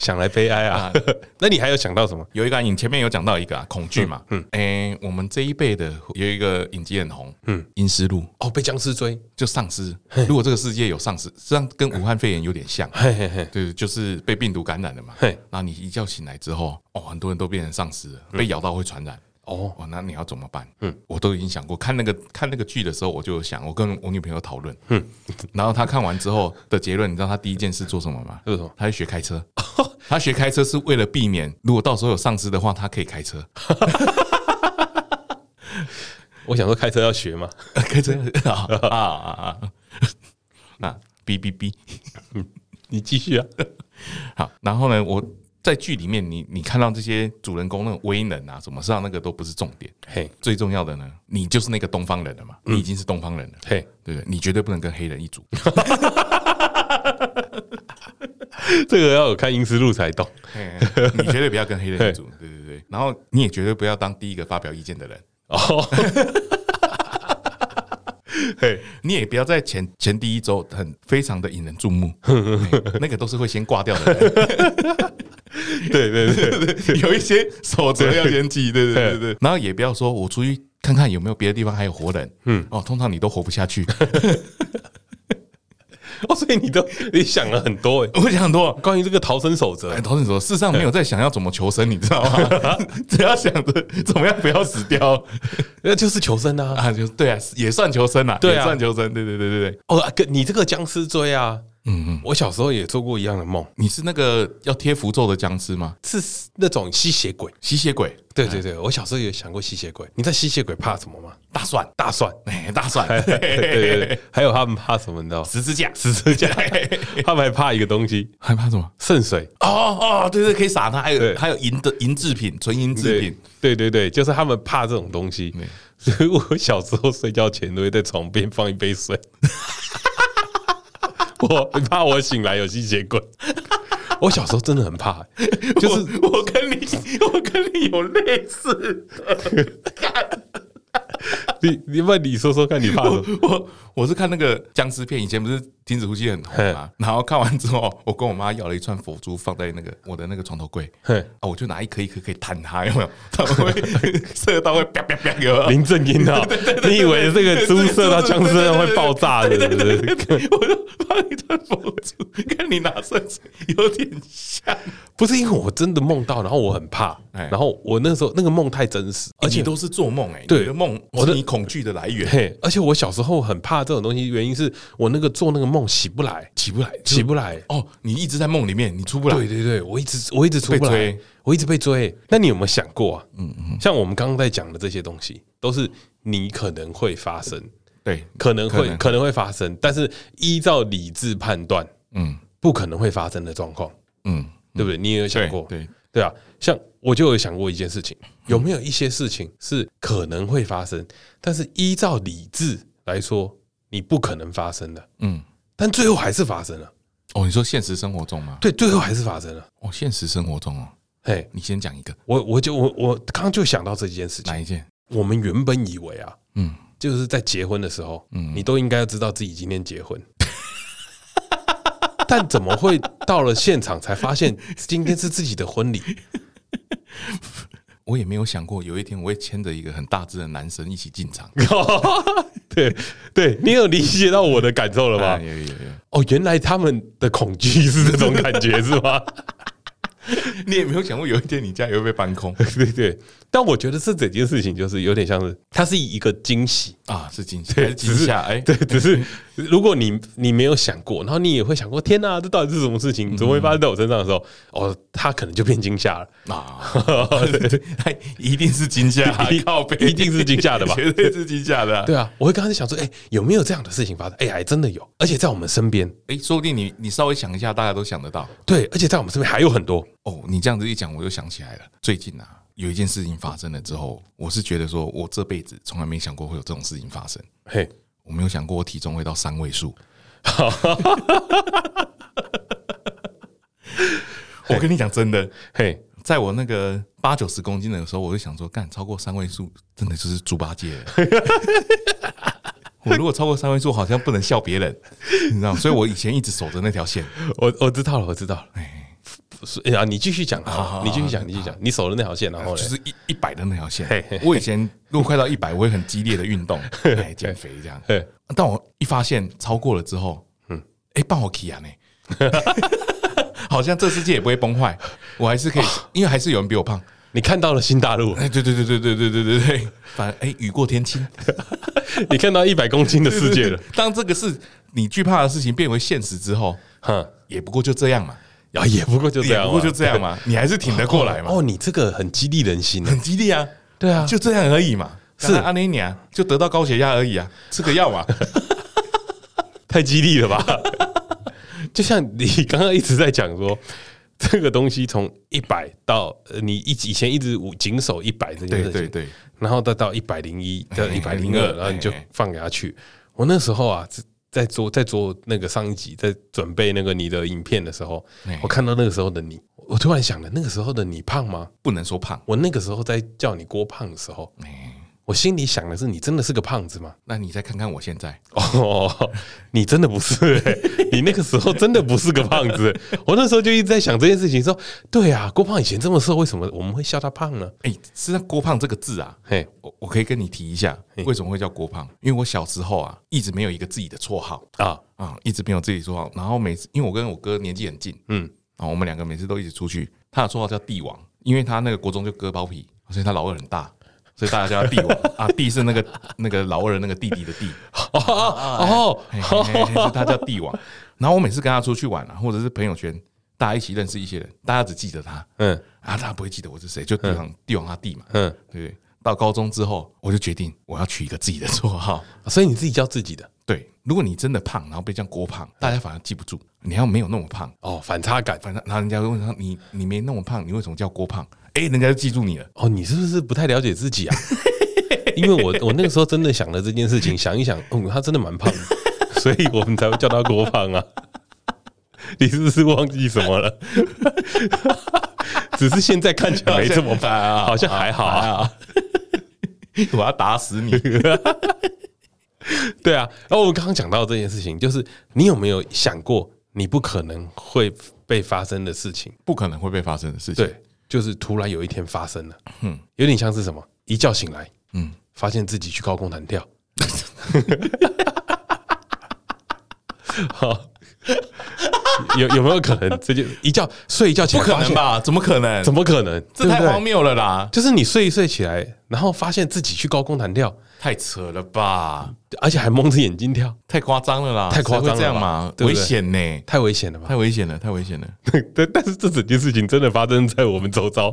Speaker 2: 想来悲哀啊！ 那你还有想到什么？
Speaker 1: 有一个啊你前面有讲到一个啊，恐惧嘛，嗯，哎，我们这一辈的有一个影集很红，嗯，《阴尸路》
Speaker 2: 哦，被僵尸追，
Speaker 1: 就丧尸。如果这个世界有丧尸，实际上跟武汉肺炎有点像，
Speaker 2: 嘿嘿嘿，
Speaker 1: 对，就是被病毒感染了嘛。
Speaker 2: 嘿嗯
Speaker 1: 然后你一觉醒来之后，哦，很多人都变成丧尸了，被咬到会传染。
Speaker 2: 哦，
Speaker 1: 哦，那你要怎么办？嗯，我都已经想过，看那个看那个剧的时候，我就有想，我跟我女朋友讨论，嗯，然后她看完之后的结论，你知道她第一件事做什么吗？
Speaker 2: 是什么
Speaker 1: 她去学开车， 她学开车是为了避免，如果到时候有丧尸的话，她可以开车，
Speaker 2: 我想说开车要学嘛，
Speaker 1: 开车啊啊啊啊！ 那哔哔哔，
Speaker 2: 你继续啊。
Speaker 1: 好，然后呢，我在剧里面，你你看到这些主人公那种威能啊，什么上那个都不是重点，
Speaker 2: 嘿
Speaker 1: 最重要的呢，你就是那个东方人了嘛，你已经是东方人了，
Speaker 2: 嗯嘿，
Speaker 1: 对不对？你绝对不能跟黑人一组。
Speaker 2: 这个要有看《英斯路》才懂。
Speaker 1: 嘿你绝对不要跟黑人一组，对对对。然后你也绝对不要当第一个发表意见的人，
Speaker 2: 哦， 嘿，
Speaker 1: 你也不要在前前第一周很非常的引人注目， 嘿那个都是会先挂掉的人。
Speaker 2: 对对对对，
Speaker 1: 有一些守则要先记，对对对对。然后也不要说我出去看看有没有别的地方还有活人，嗯，哦，通常你都活不下去。
Speaker 2: 哦，所以你都你想了很多哎，
Speaker 1: 我想很多。
Speaker 2: 关于这个逃生守则
Speaker 1: 哎，，投你说，世上没有在想要怎么求生，你知道 吗？只要想着怎么样不要死掉
Speaker 2: 那就是求生啊。
Speaker 1: 啊，就对啊，也算求生啊，
Speaker 2: 对啊
Speaker 1: 也算求生，对对对对对。
Speaker 2: 哦，啊跟你这个僵尸追啊，嗯嗯，我小时候也做过一样的梦，
Speaker 1: 你是那个要贴符咒的僵尸吗？
Speaker 2: 是那种吸血鬼。
Speaker 1: 吸血鬼，
Speaker 2: 对对对，我小时候也想过吸血鬼。你知道吸血鬼怕什么吗？
Speaker 1: 大蒜，
Speaker 2: 大蒜。
Speaker 1: 哎，大蒜，
Speaker 2: 对对对，还有他们怕什么？你知道吗？
Speaker 1: 十字架，十字 架，
Speaker 2: 他们还怕一个东西，
Speaker 1: 还怕什么？
Speaker 2: 圣水。
Speaker 1: 哦哦，对对，可以撒它，还有
Speaker 2: 对
Speaker 1: 还有银的银制品，纯银制
Speaker 2: 对
Speaker 1: 品，
Speaker 2: 对对对，就是他们怕这种东西。所以我小时候睡觉前都会在床边放一杯 水，我怕我醒来有吸血鬼。我小时候真的很怕、欸就是
Speaker 1: 我我跟你 我跟你有类似的，
Speaker 2: 你你问你说说看，你怕什么？
Speaker 1: 我 我我是看那个僵尸片，以前不是《停止呼吸》很红嘛，然后看完之后，我跟我妈要了一串佛珠放在那个我的那个床头柜
Speaker 2: 嘿，
Speaker 1: 啊，我就拿一颗一颗可以弹它，有没有？它会 射到会啪啪啪，有没有？
Speaker 2: 林正英啊，你以为这个猪射到僵尸身上会爆炸
Speaker 1: 啊
Speaker 2: 的？对不对？
Speaker 1: 我就把你串佛珠 跟你拿圣水有点像，
Speaker 2: 不是因为我真的梦到，然后我很怕，
Speaker 1: 哎
Speaker 2: 然后我那时候那个梦太真实，而
Speaker 1: 而
Speaker 2: 且
Speaker 1: 且都是做梦哎，
Speaker 2: 对
Speaker 1: 你的梦
Speaker 2: 我的
Speaker 1: 是你恐惧的来源，
Speaker 2: 嘿，而且我小时候很怕这种东西，原因是我那个做那个梦起不来，
Speaker 1: 起不来，
Speaker 2: 起不来。
Speaker 1: 哦，你一直在梦里面，你出不来，
Speaker 2: 对对对，我一直我一直出不
Speaker 1: 被
Speaker 2: 来
Speaker 1: 追，
Speaker 2: 我一直被追。那你有没有想过啊？嗯嗯，像我们刚刚在讲的这些东西，都是你可能会发生，
Speaker 1: 对，
Speaker 2: 可能
Speaker 1: 可
Speaker 2: 会
Speaker 1: 能
Speaker 2: 可能会发生，但是依照理智判断，
Speaker 1: 嗯
Speaker 2: 不可能会发生的状况，
Speaker 1: 嗯，
Speaker 2: 对不对？你也有想
Speaker 1: 对
Speaker 2: 过？
Speaker 1: 对，
Speaker 2: 对啊，像我就有想过一件事情，有没有一些事情是可能会发生，但是依照理智来说，你不可能发生的，
Speaker 1: 嗯，
Speaker 2: 但最后还是发生了。
Speaker 1: 哦，你说现实生活中吗？
Speaker 2: 对，最后还是发生了。
Speaker 1: 哦，现实生活中哦，
Speaker 2: 嘿，
Speaker 1: 你先讲一个，
Speaker 2: 我我就我我刚刚就想到这件事情，
Speaker 1: 哪一件？
Speaker 2: 我们原本以为啊，
Speaker 1: 嗯，
Speaker 2: 就是在结婚的时候，你都应该要知道自己今天结婚。 但怎么会到了现场才发现今天是自己的婚礼？
Speaker 1: 我也没有想过有一天我会牵着一个很大只的男生一起进场，
Speaker 2: 对对，你有理解到我的感受了吗
Speaker 1: 啊？？ 有有有，
Speaker 2: 哦，原来他们的恐惧是这种感觉，是吗？
Speaker 1: 你也没有想过有一天你家也会被搬空
Speaker 2: 对对，但我觉得这整件事情就是有点像是，它是一个惊喜，
Speaker 1: 啊？是惊吓，还是惊吓？哎，
Speaker 2: 对，只是如果你你没有想过，然后你也会想过，天哪，这到底是什么事情？怎么会发生在我身上的时候？哦，它可能就变惊吓了。
Speaker 1: 啊，他一定是惊吓，
Speaker 2: 一
Speaker 1: 靠背
Speaker 2: 一定是惊吓的吧
Speaker 1: 绝对是惊吓的啊。
Speaker 2: 对啊，我会刚开始想说，哎、有没有这样的事情发生？哎、还真的有，而且在我们身边，
Speaker 1: 哎，说不定你你稍微想一下，大家都想得到。
Speaker 2: 对，而且在我们身边还有很多。
Speaker 1: 哦，你这样子一讲，我就想起来了。最近啊，有一件事情发生了之后，我是觉得说，我这辈子从来没想过会有这种事情发生。
Speaker 2: 嘿，
Speaker 1: 我没有想过我体重会到三 位数。我跟你讲真的，
Speaker 2: 嘿，
Speaker 1: 在我那个八九十公斤的时候，我就想说，干超过三位数，真的就是猪八戒 了。我如果超过三位数，好像不能笑别人，你知道吗？所以我以前一直守着那条线。
Speaker 2: 我我知道了，我知道了。
Speaker 1: 哎，
Speaker 2: 是哎呀，你继续讲啊，你继续讲，你继续讲，你守了那条线，然后
Speaker 1: 哎就
Speaker 2: 嘞，
Speaker 1: 是一一百的那条线
Speaker 2: 嘿嘿。
Speaker 1: 我以前如果快到一百，我会很激烈的 运动，哎，减肥这样。
Speaker 2: 嘿，
Speaker 1: 但我一发现超过了之后，嗯，哎、帮我 key 啊呢， 好像这世界也不会崩坏，我还 是可以，因为还是有人比我胖。
Speaker 2: 你看到了新大陆
Speaker 1: 哎、，对对对对对对对对对，反正哎、雨过天晴，
Speaker 2: 你看到一百公斤的世界了，。
Speaker 1: 当这个是你惧怕的事情变为现实之后，
Speaker 2: 哼，
Speaker 1: 也不过就这样嘛，
Speaker 2: 啊，也不过就这
Speaker 1: 也
Speaker 2: 样嘛，
Speaker 1: 不过就这样嘛，你还是挺得过来嘛，
Speaker 2: 哦，你这个很激励人心啊
Speaker 1: 很激励啊，
Speaker 2: 对啊
Speaker 1: 就这样而已嘛。
Speaker 2: 是
Speaker 1: 阿尼尼啊，就得到高血压而已啊，吃个药嘛。
Speaker 2: 太激励了吧？ 就像你刚刚一直在讲说，这个东西从一百到呃你以以前一直谨守一百这件事情，
Speaker 1: 对对对，
Speaker 2: 然后再到一百零 一、到一百零
Speaker 1: 嘿
Speaker 2: 二
Speaker 1: 嘿，
Speaker 2: 然后你就
Speaker 1: 嘿嘿
Speaker 2: 放给他去。我那时候啊，在在做在做那个上一集，在准备那个你的影片的时候
Speaker 1: 嘿，
Speaker 2: 我看到那个时候的你，我突然想了，那个时候的你胖吗？
Speaker 1: 不能说胖，
Speaker 2: 我那个时候在叫你郭胖的时候，
Speaker 1: 哎
Speaker 2: 我心里想的是，你真的是个胖子吗？
Speaker 1: 那你再看看我现在，
Speaker 2: 哦， 你真的不是、 欸，你那个时候真的不是个胖子。我那时候就一直在想这件事情，说对啊，郭胖以前这么瘦，为什么我们会笑他胖呢？
Speaker 1: 哎、是那郭胖这个字啊，
Speaker 2: 嘿，
Speaker 1: 我我可以跟你提一下，为什么会叫郭胖？因为我小时候啊，一直没有一个自己的绰号
Speaker 2: 啊，
Speaker 1: 啊，一直没有自己的绰号。然后每次，因为我跟我哥年纪很近，
Speaker 2: 嗯，
Speaker 1: 啊，我们两个每次都一起出去。他的绰号叫帝王，因为他那个国中就割包皮，所以他老二很大，所以大家叫他帝王啊。帝是那个那个老二那个弟弟的弟，
Speaker 2: 哦
Speaker 1: 嘿嘿嘿所以他叫帝王。然后我每次跟他出去玩啊，或者是朋友圈，大家一起认识一些人，大家只记得他，
Speaker 2: 嗯
Speaker 1: 啊，大家不会记得我是谁，就帝王帝王他弟嘛，
Speaker 2: 嗯，
Speaker 1: 对，到高中之后，我就决定我要取一个自己的绰号。
Speaker 2: 所以你自己叫自己的
Speaker 1: 对，如果你真的胖，然后被这样郭胖，大家反而记不住。你要没有那么胖，
Speaker 2: 哦，反差感
Speaker 1: 反正然后人家会问他你你没那么胖，你为什么叫郭胖？哎、人家就记住你了。
Speaker 2: 哦，你是不是不太了解自己啊？ 因为我我那个时候真的想哦了这件 事情，想一想，嗯，他真的蛮胖的，所以我们才会叫他郭胖啊。你是不是忘记什么了？ 只是现在看起来没这么
Speaker 1: 办啊
Speaker 2: 好像还好啊。
Speaker 1: 我要打死你！
Speaker 2: 对啊，然后我们刚刚讲到这件事情，就是你有没有想过，你不可能会被发生的事情，
Speaker 1: 不可能会被发生的事情。
Speaker 2: 对，就是突然有一天发生了，嗯，有点像是什么，一觉醒来，嗯，发现自己去高空弹 跳，好，有有没有可能这就一觉睡一觉起
Speaker 1: 不
Speaker 2: 来，
Speaker 1: 可能？吧？怎么可能？
Speaker 2: 怎么可能？
Speaker 1: 这
Speaker 2: 对
Speaker 1: 太
Speaker 2: 不对
Speaker 1: 荒谬了啦！
Speaker 2: 就是你睡一睡起来，然后发现自己去高空弹跳，
Speaker 1: 太扯了吧？
Speaker 2: 而且还蒙着眼睛跳，
Speaker 1: 太夸张了啦！
Speaker 2: 太夸张了吧
Speaker 1: 谁会这样嘛？
Speaker 2: 对不
Speaker 1: 危
Speaker 2: 对
Speaker 1: 险呢！
Speaker 2: 太危险了吧？
Speaker 1: 太危险了，太危险了！
Speaker 2: 对，但但是这整件事情真的发生在我们周 遭，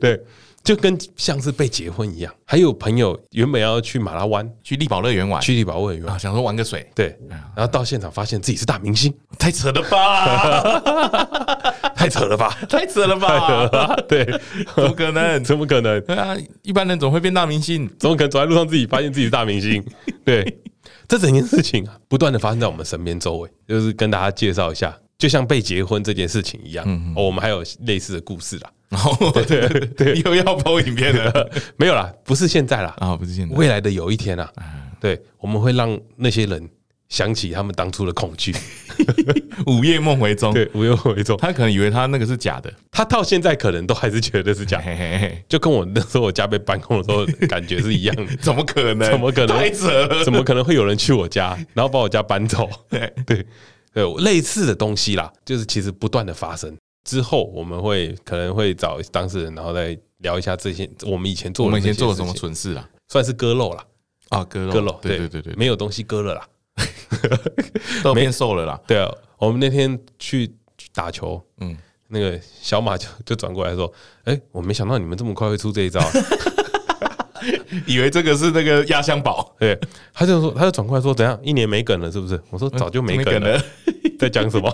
Speaker 2: 对，就跟像是被结婚一样。还有朋友原本要去马拉湾
Speaker 1: 去力宝乐园玩
Speaker 2: 去地保委员，
Speaker 1: 啊，想说玩 个水，
Speaker 2: 对，然后到现场发现自己是大明星，
Speaker 1: 太扯了吧？
Speaker 2: 太扯了吧？
Speaker 1: 太扯了
Speaker 2: 太扯了
Speaker 1: 吧？
Speaker 2: 吧？对，
Speaker 1: 怎么可能？
Speaker 2: 怎么可能？
Speaker 1: 对啊，一般人总会变大明星。
Speaker 2: 怎么可能走在路上自己发现自己是大明星？ 对，这整件事情啊，不断的发生在我们身边周围，就是跟大家介绍一下，就像被结婚这件事情一样，
Speaker 1: 嗯
Speaker 2: 哦，我们还有类似的故事啦。
Speaker 1: 然后对对对， 又要播影片了
Speaker 2: 没有啦，不是现在啦，
Speaker 1: 啊！不是现在，
Speaker 2: 未来的有一天啊，对，我们会让那些人想起他们当初的恐惧。
Speaker 1: 哦午夜梦回中，
Speaker 2: 对，无忧有一种，
Speaker 1: 他可能以为他那个是假的，
Speaker 2: 他到现在可能都还是觉得是假的，
Speaker 1: 嘿嘿嘿，
Speaker 2: 就跟我那时候我家被搬空的时候感觉是一样 的。
Speaker 1: 怎么可 能？
Speaker 2: 怎么可能
Speaker 1: 太扯了！
Speaker 2: 怎么可能会有人去我家，然后把我家搬走？
Speaker 1: 对
Speaker 2: 对对，类似的东西啦，就是其实不断的发生。之后我们会可能会找当事人，然后再聊一下这些我们以前做
Speaker 1: 我
Speaker 2: 的
Speaker 1: 们以前
Speaker 2: 这些
Speaker 1: 做了什么
Speaker 2: 事情，
Speaker 1: 蠢事啊？
Speaker 2: 算是割肉啦，
Speaker 1: 啊，割肉，
Speaker 2: 割肉，
Speaker 1: 对对对对，
Speaker 2: 没有东西割了啦。
Speaker 1: 都变瘦了啦。
Speaker 2: 对啊，我们那天去打球，
Speaker 1: 嗯
Speaker 2: 嗯，那个小马就就转过来说：“哎、我没想到你们这么快会出这一招、啊。
Speaker 1: 以为这个是那个压箱宝”，
Speaker 2: 对，他就说，他就转过来说：“怎样，一年没梗了是不是？”我说：“早就没梗了，， 在讲什么？”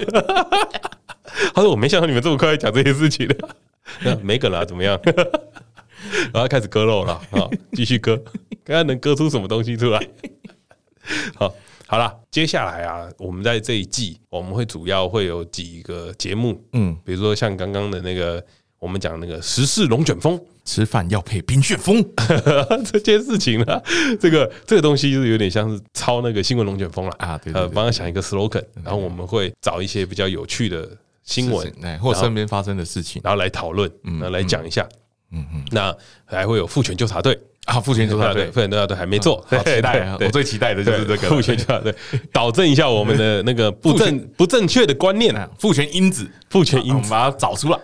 Speaker 2: 他说：“我没想到你们这么快会讲这些事情的， 那没梗了啊、怎么样？” 然后开始割肉了啊，继续割，看看能割出什么东西出来。 好，好啦，接下来啊，我们在这一季我们会主要会有几个节目，
Speaker 1: 嗯，
Speaker 2: 比如说像刚刚的那个，我们讲那个时事龙卷风
Speaker 1: 吃饭要配冰旋 风，
Speaker 2: 这件事情呢、这个这个东西就是有点像是抄那个新闻龙卷风了
Speaker 1: 啊对对
Speaker 2: 呃，
Speaker 1: 对
Speaker 2: 帮他想一个 slogan，然后我们会找一些比较有趣的新闻
Speaker 1: 是，是哎，或者身边发生的事情
Speaker 2: 然后来讨论，然后来讲一下，嗯嗯，那还会有父权纠察队，
Speaker 1: 啊。父权纠察队
Speaker 2: 父，权纠察队还没做，
Speaker 1: 好期待啊！
Speaker 2: 对对
Speaker 1: 我最期待的就
Speaker 2: 对
Speaker 1: 是这个
Speaker 2: 父
Speaker 1: 了
Speaker 2: 权纠察队， 导正一下我们的那个不
Speaker 1: 父
Speaker 2: 正不正确的观念啊，
Speaker 1: 啊父权 因子，啊
Speaker 2: 父权
Speaker 1: 我
Speaker 2: 因
Speaker 1: 们
Speaker 2: 子。
Speaker 1: 把它找 出来。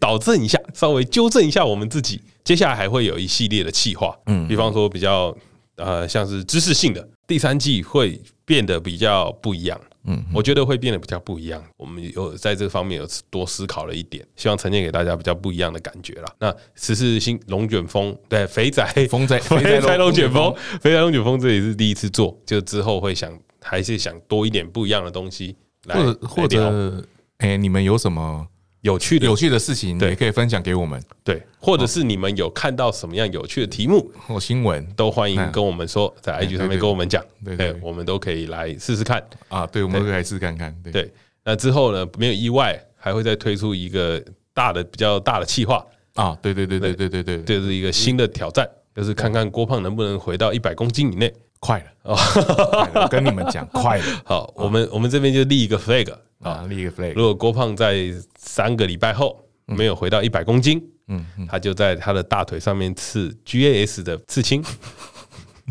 Speaker 2: 导正一下，稍微纠正一下我们自己。接下来还会有一系列的企划，嗯，比方说比较呃像是知识性的，第三季会变得比较不一样。嗯，我觉得会变得比较不一样。我们有在这方面有多思考了一点，希望呈现给大家比较不一样的感觉啦。那此次新龙卷风，对肥 仔
Speaker 1: 风仔
Speaker 2: 肥
Speaker 1: 肥仔
Speaker 2: 仔
Speaker 1: 龙
Speaker 2: 龙
Speaker 1: 卷
Speaker 2: 卷
Speaker 1: 风
Speaker 2: 风，肥仔龙卷风这也是第一次做，就之后会想还是想多一点不一样的东西来，
Speaker 1: 或者或
Speaker 2: 来聊
Speaker 1: 者，哎，你们有什么
Speaker 2: 有趣的
Speaker 1: 有趣的事情
Speaker 2: 对
Speaker 1: 也可以分享给我们，
Speaker 2: 对，或者是你们有看到什么样有趣的题目，
Speaker 1: 或哦新闻
Speaker 2: 都欢迎跟我们说，在 IG 上面跟我们讲，
Speaker 1: 哎对对对
Speaker 2: 对，我们都可以来试试看。
Speaker 1: 啊，对，我们都可以试看看。对，
Speaker 2: 对，那之后呢，没有意外，还会再推出一个大的、比较大的企划，
Speaker 1: 啊，对对对对对对对
Speaker 2: 这
Speaker 1: 对，
Speaker 2: 是一个新的挑战，就是看看郭胖能不能回到一百公斤以内。
Speaker 1: 快了，快了我跟你们 讲，快了
Speaker 2: 好，我们我们这边就立一个 flag，
Speaker 1: 啊，立一个 flag
Speaker 2: 如。果郭胖在三个礼拜后
Speaker 1: 嗯
Speaker 2: 没有回到一百公斤，嗯，他就在他的大腿上面刺 GAS 的刺青，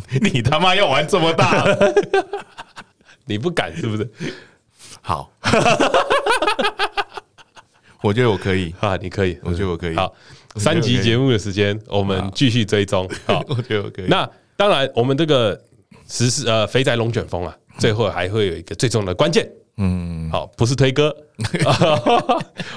Speaker 1: 你他妈要玩这么大？
Speaker 2: 啊 你不敢是不是？
Speaker 1: 好， 我觉得我可以。
Speaker 2: 啊，你可以，
Speaker 1: 我觉得我可以
Speaker 2: 好，
Speaker 1: 我觉得我可以，
Speaker 2: 三集节目的时间，我们继续追踪。好
Speaker 1: 我觉得我可以。
Speaker 2: 那当然，我们这个实施呃肥宅龙卷风啊，最后还会有一个最重要的关键。嗯，好，不是推 歌，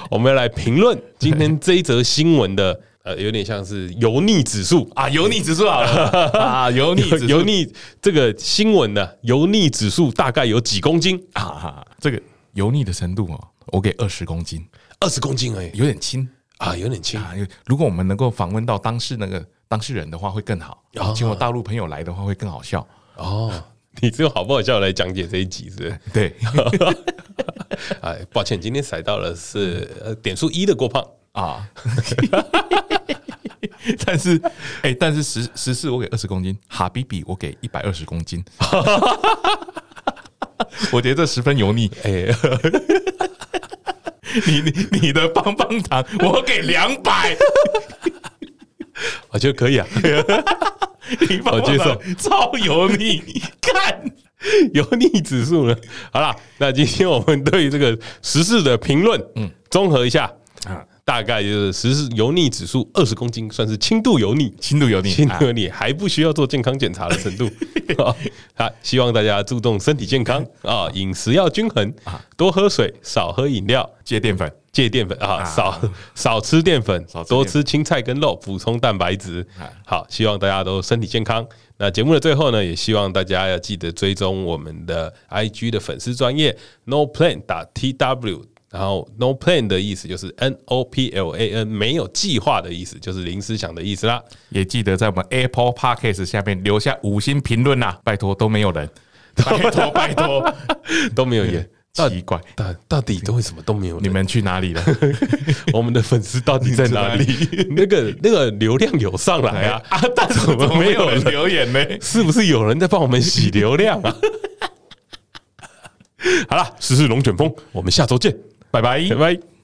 Speaker 2: 我们要来评论今天这一则新闻的，呃，有点像是油腻指数，
Speaker 1: 啊，油腻指数好了 啊，油腻指数
Speaker 2: 油腻这个新闻的油腻指数大概有几公斤？
Speaker 1: 啊，这个油腻的程度哦，我给二十公斤，
Speaker 2: 二十公斤而已
Speaker 1: 有点轻
Speaker 2: 啊，有点轻。
Speaker 1: 啊。有如果我们能够访问到当事那个当事人的话，会更好
Speaker 2: 啊。
Speaker 1: 请我大陆朋友来的话，会更好笑。
Speaker 2: 哦，你只有好不好笑来讲解这一集是不是？
Speaker 1: 对，
Speaker 2: 哎，抱歉，今天踩到了是呃点数一的郭胖。
Speaker 1: 啊。 但是，哎、但是十十四我给二十公斤，哈比比我给一百二十公斤， 我觉得这十分油腻。
Speaker 2: 哎，
Speaker 1: 你你你的棒棒糖我给两百，
Speaker 2: 我觉得可以啊，
Speaker 1: 你棒棒
Speaker 2: 我
Speaker 1: 糖超油腻，看
Speaker 2: 油腻指数呢？好啦，那今天我们对这个时事的评论，嗯，综合一下啊，大概就是时事油腻指数二十公斤，算是轻度油腻。
Speaker 1: 轻度油腻，
Speaker 2: 轻
Speaker 1: 啊
Speaker 2: 度油腻还不需要做健康检查的程 度啊！好希望大家注重身体健康啊，饮食要均衡多喝水，少喝饮料，
Speaker 1: 戒淀粉。
Speaker 2: 戒淀粉啊，少少吃淀粉
Speaker 1: 少，吃淀粉
Speaker 2: 多吃青菜跟肉，补充蛋白质
Speaker 1: 哎。
Speaker 2: 好，希望大家都身体健康。那节目的最后呢，也希望大家要记得追踪我们的 IG 的粉丝专业 No Plan 打 TW。然后 no plan 的意思就是 N O P L A N，没有计划的意思，就是临时想的意 思啦。
Speaker 1: 也记得在我们 Apple Podcast 下面留下五星评论呐，拜托都没有人，拜托拜托，
Speaker 2: 都没有演，到
Speaker 1: 奇怪，
Speaker 2: 到到底都为什么都没有人？
Speaker 1: 你们去哪 里了？
Speaker 2: 我们的粉丝到底在哪里
Speaker 1: 你？
Speaker 2: 那个那个流量有上来
Speaker 1: 哎
Speaker 2: 啊
Speaker 1: 呀，啊，但是怎
Speaker 2: 么
Speaker 1: 么
Speaker 2: 没
Speaker 1: 没
Speaker 2: 有
Speaker 1: 有人
Speaker 2: 人
Speaker 1: 留言呢？
Speaker 2: 是不是有人在帮我们洗流量啊？好啦，时事龙卷风，我们下周见，
Speaker 1: 拜拜
Speaker 2: 拜。拜。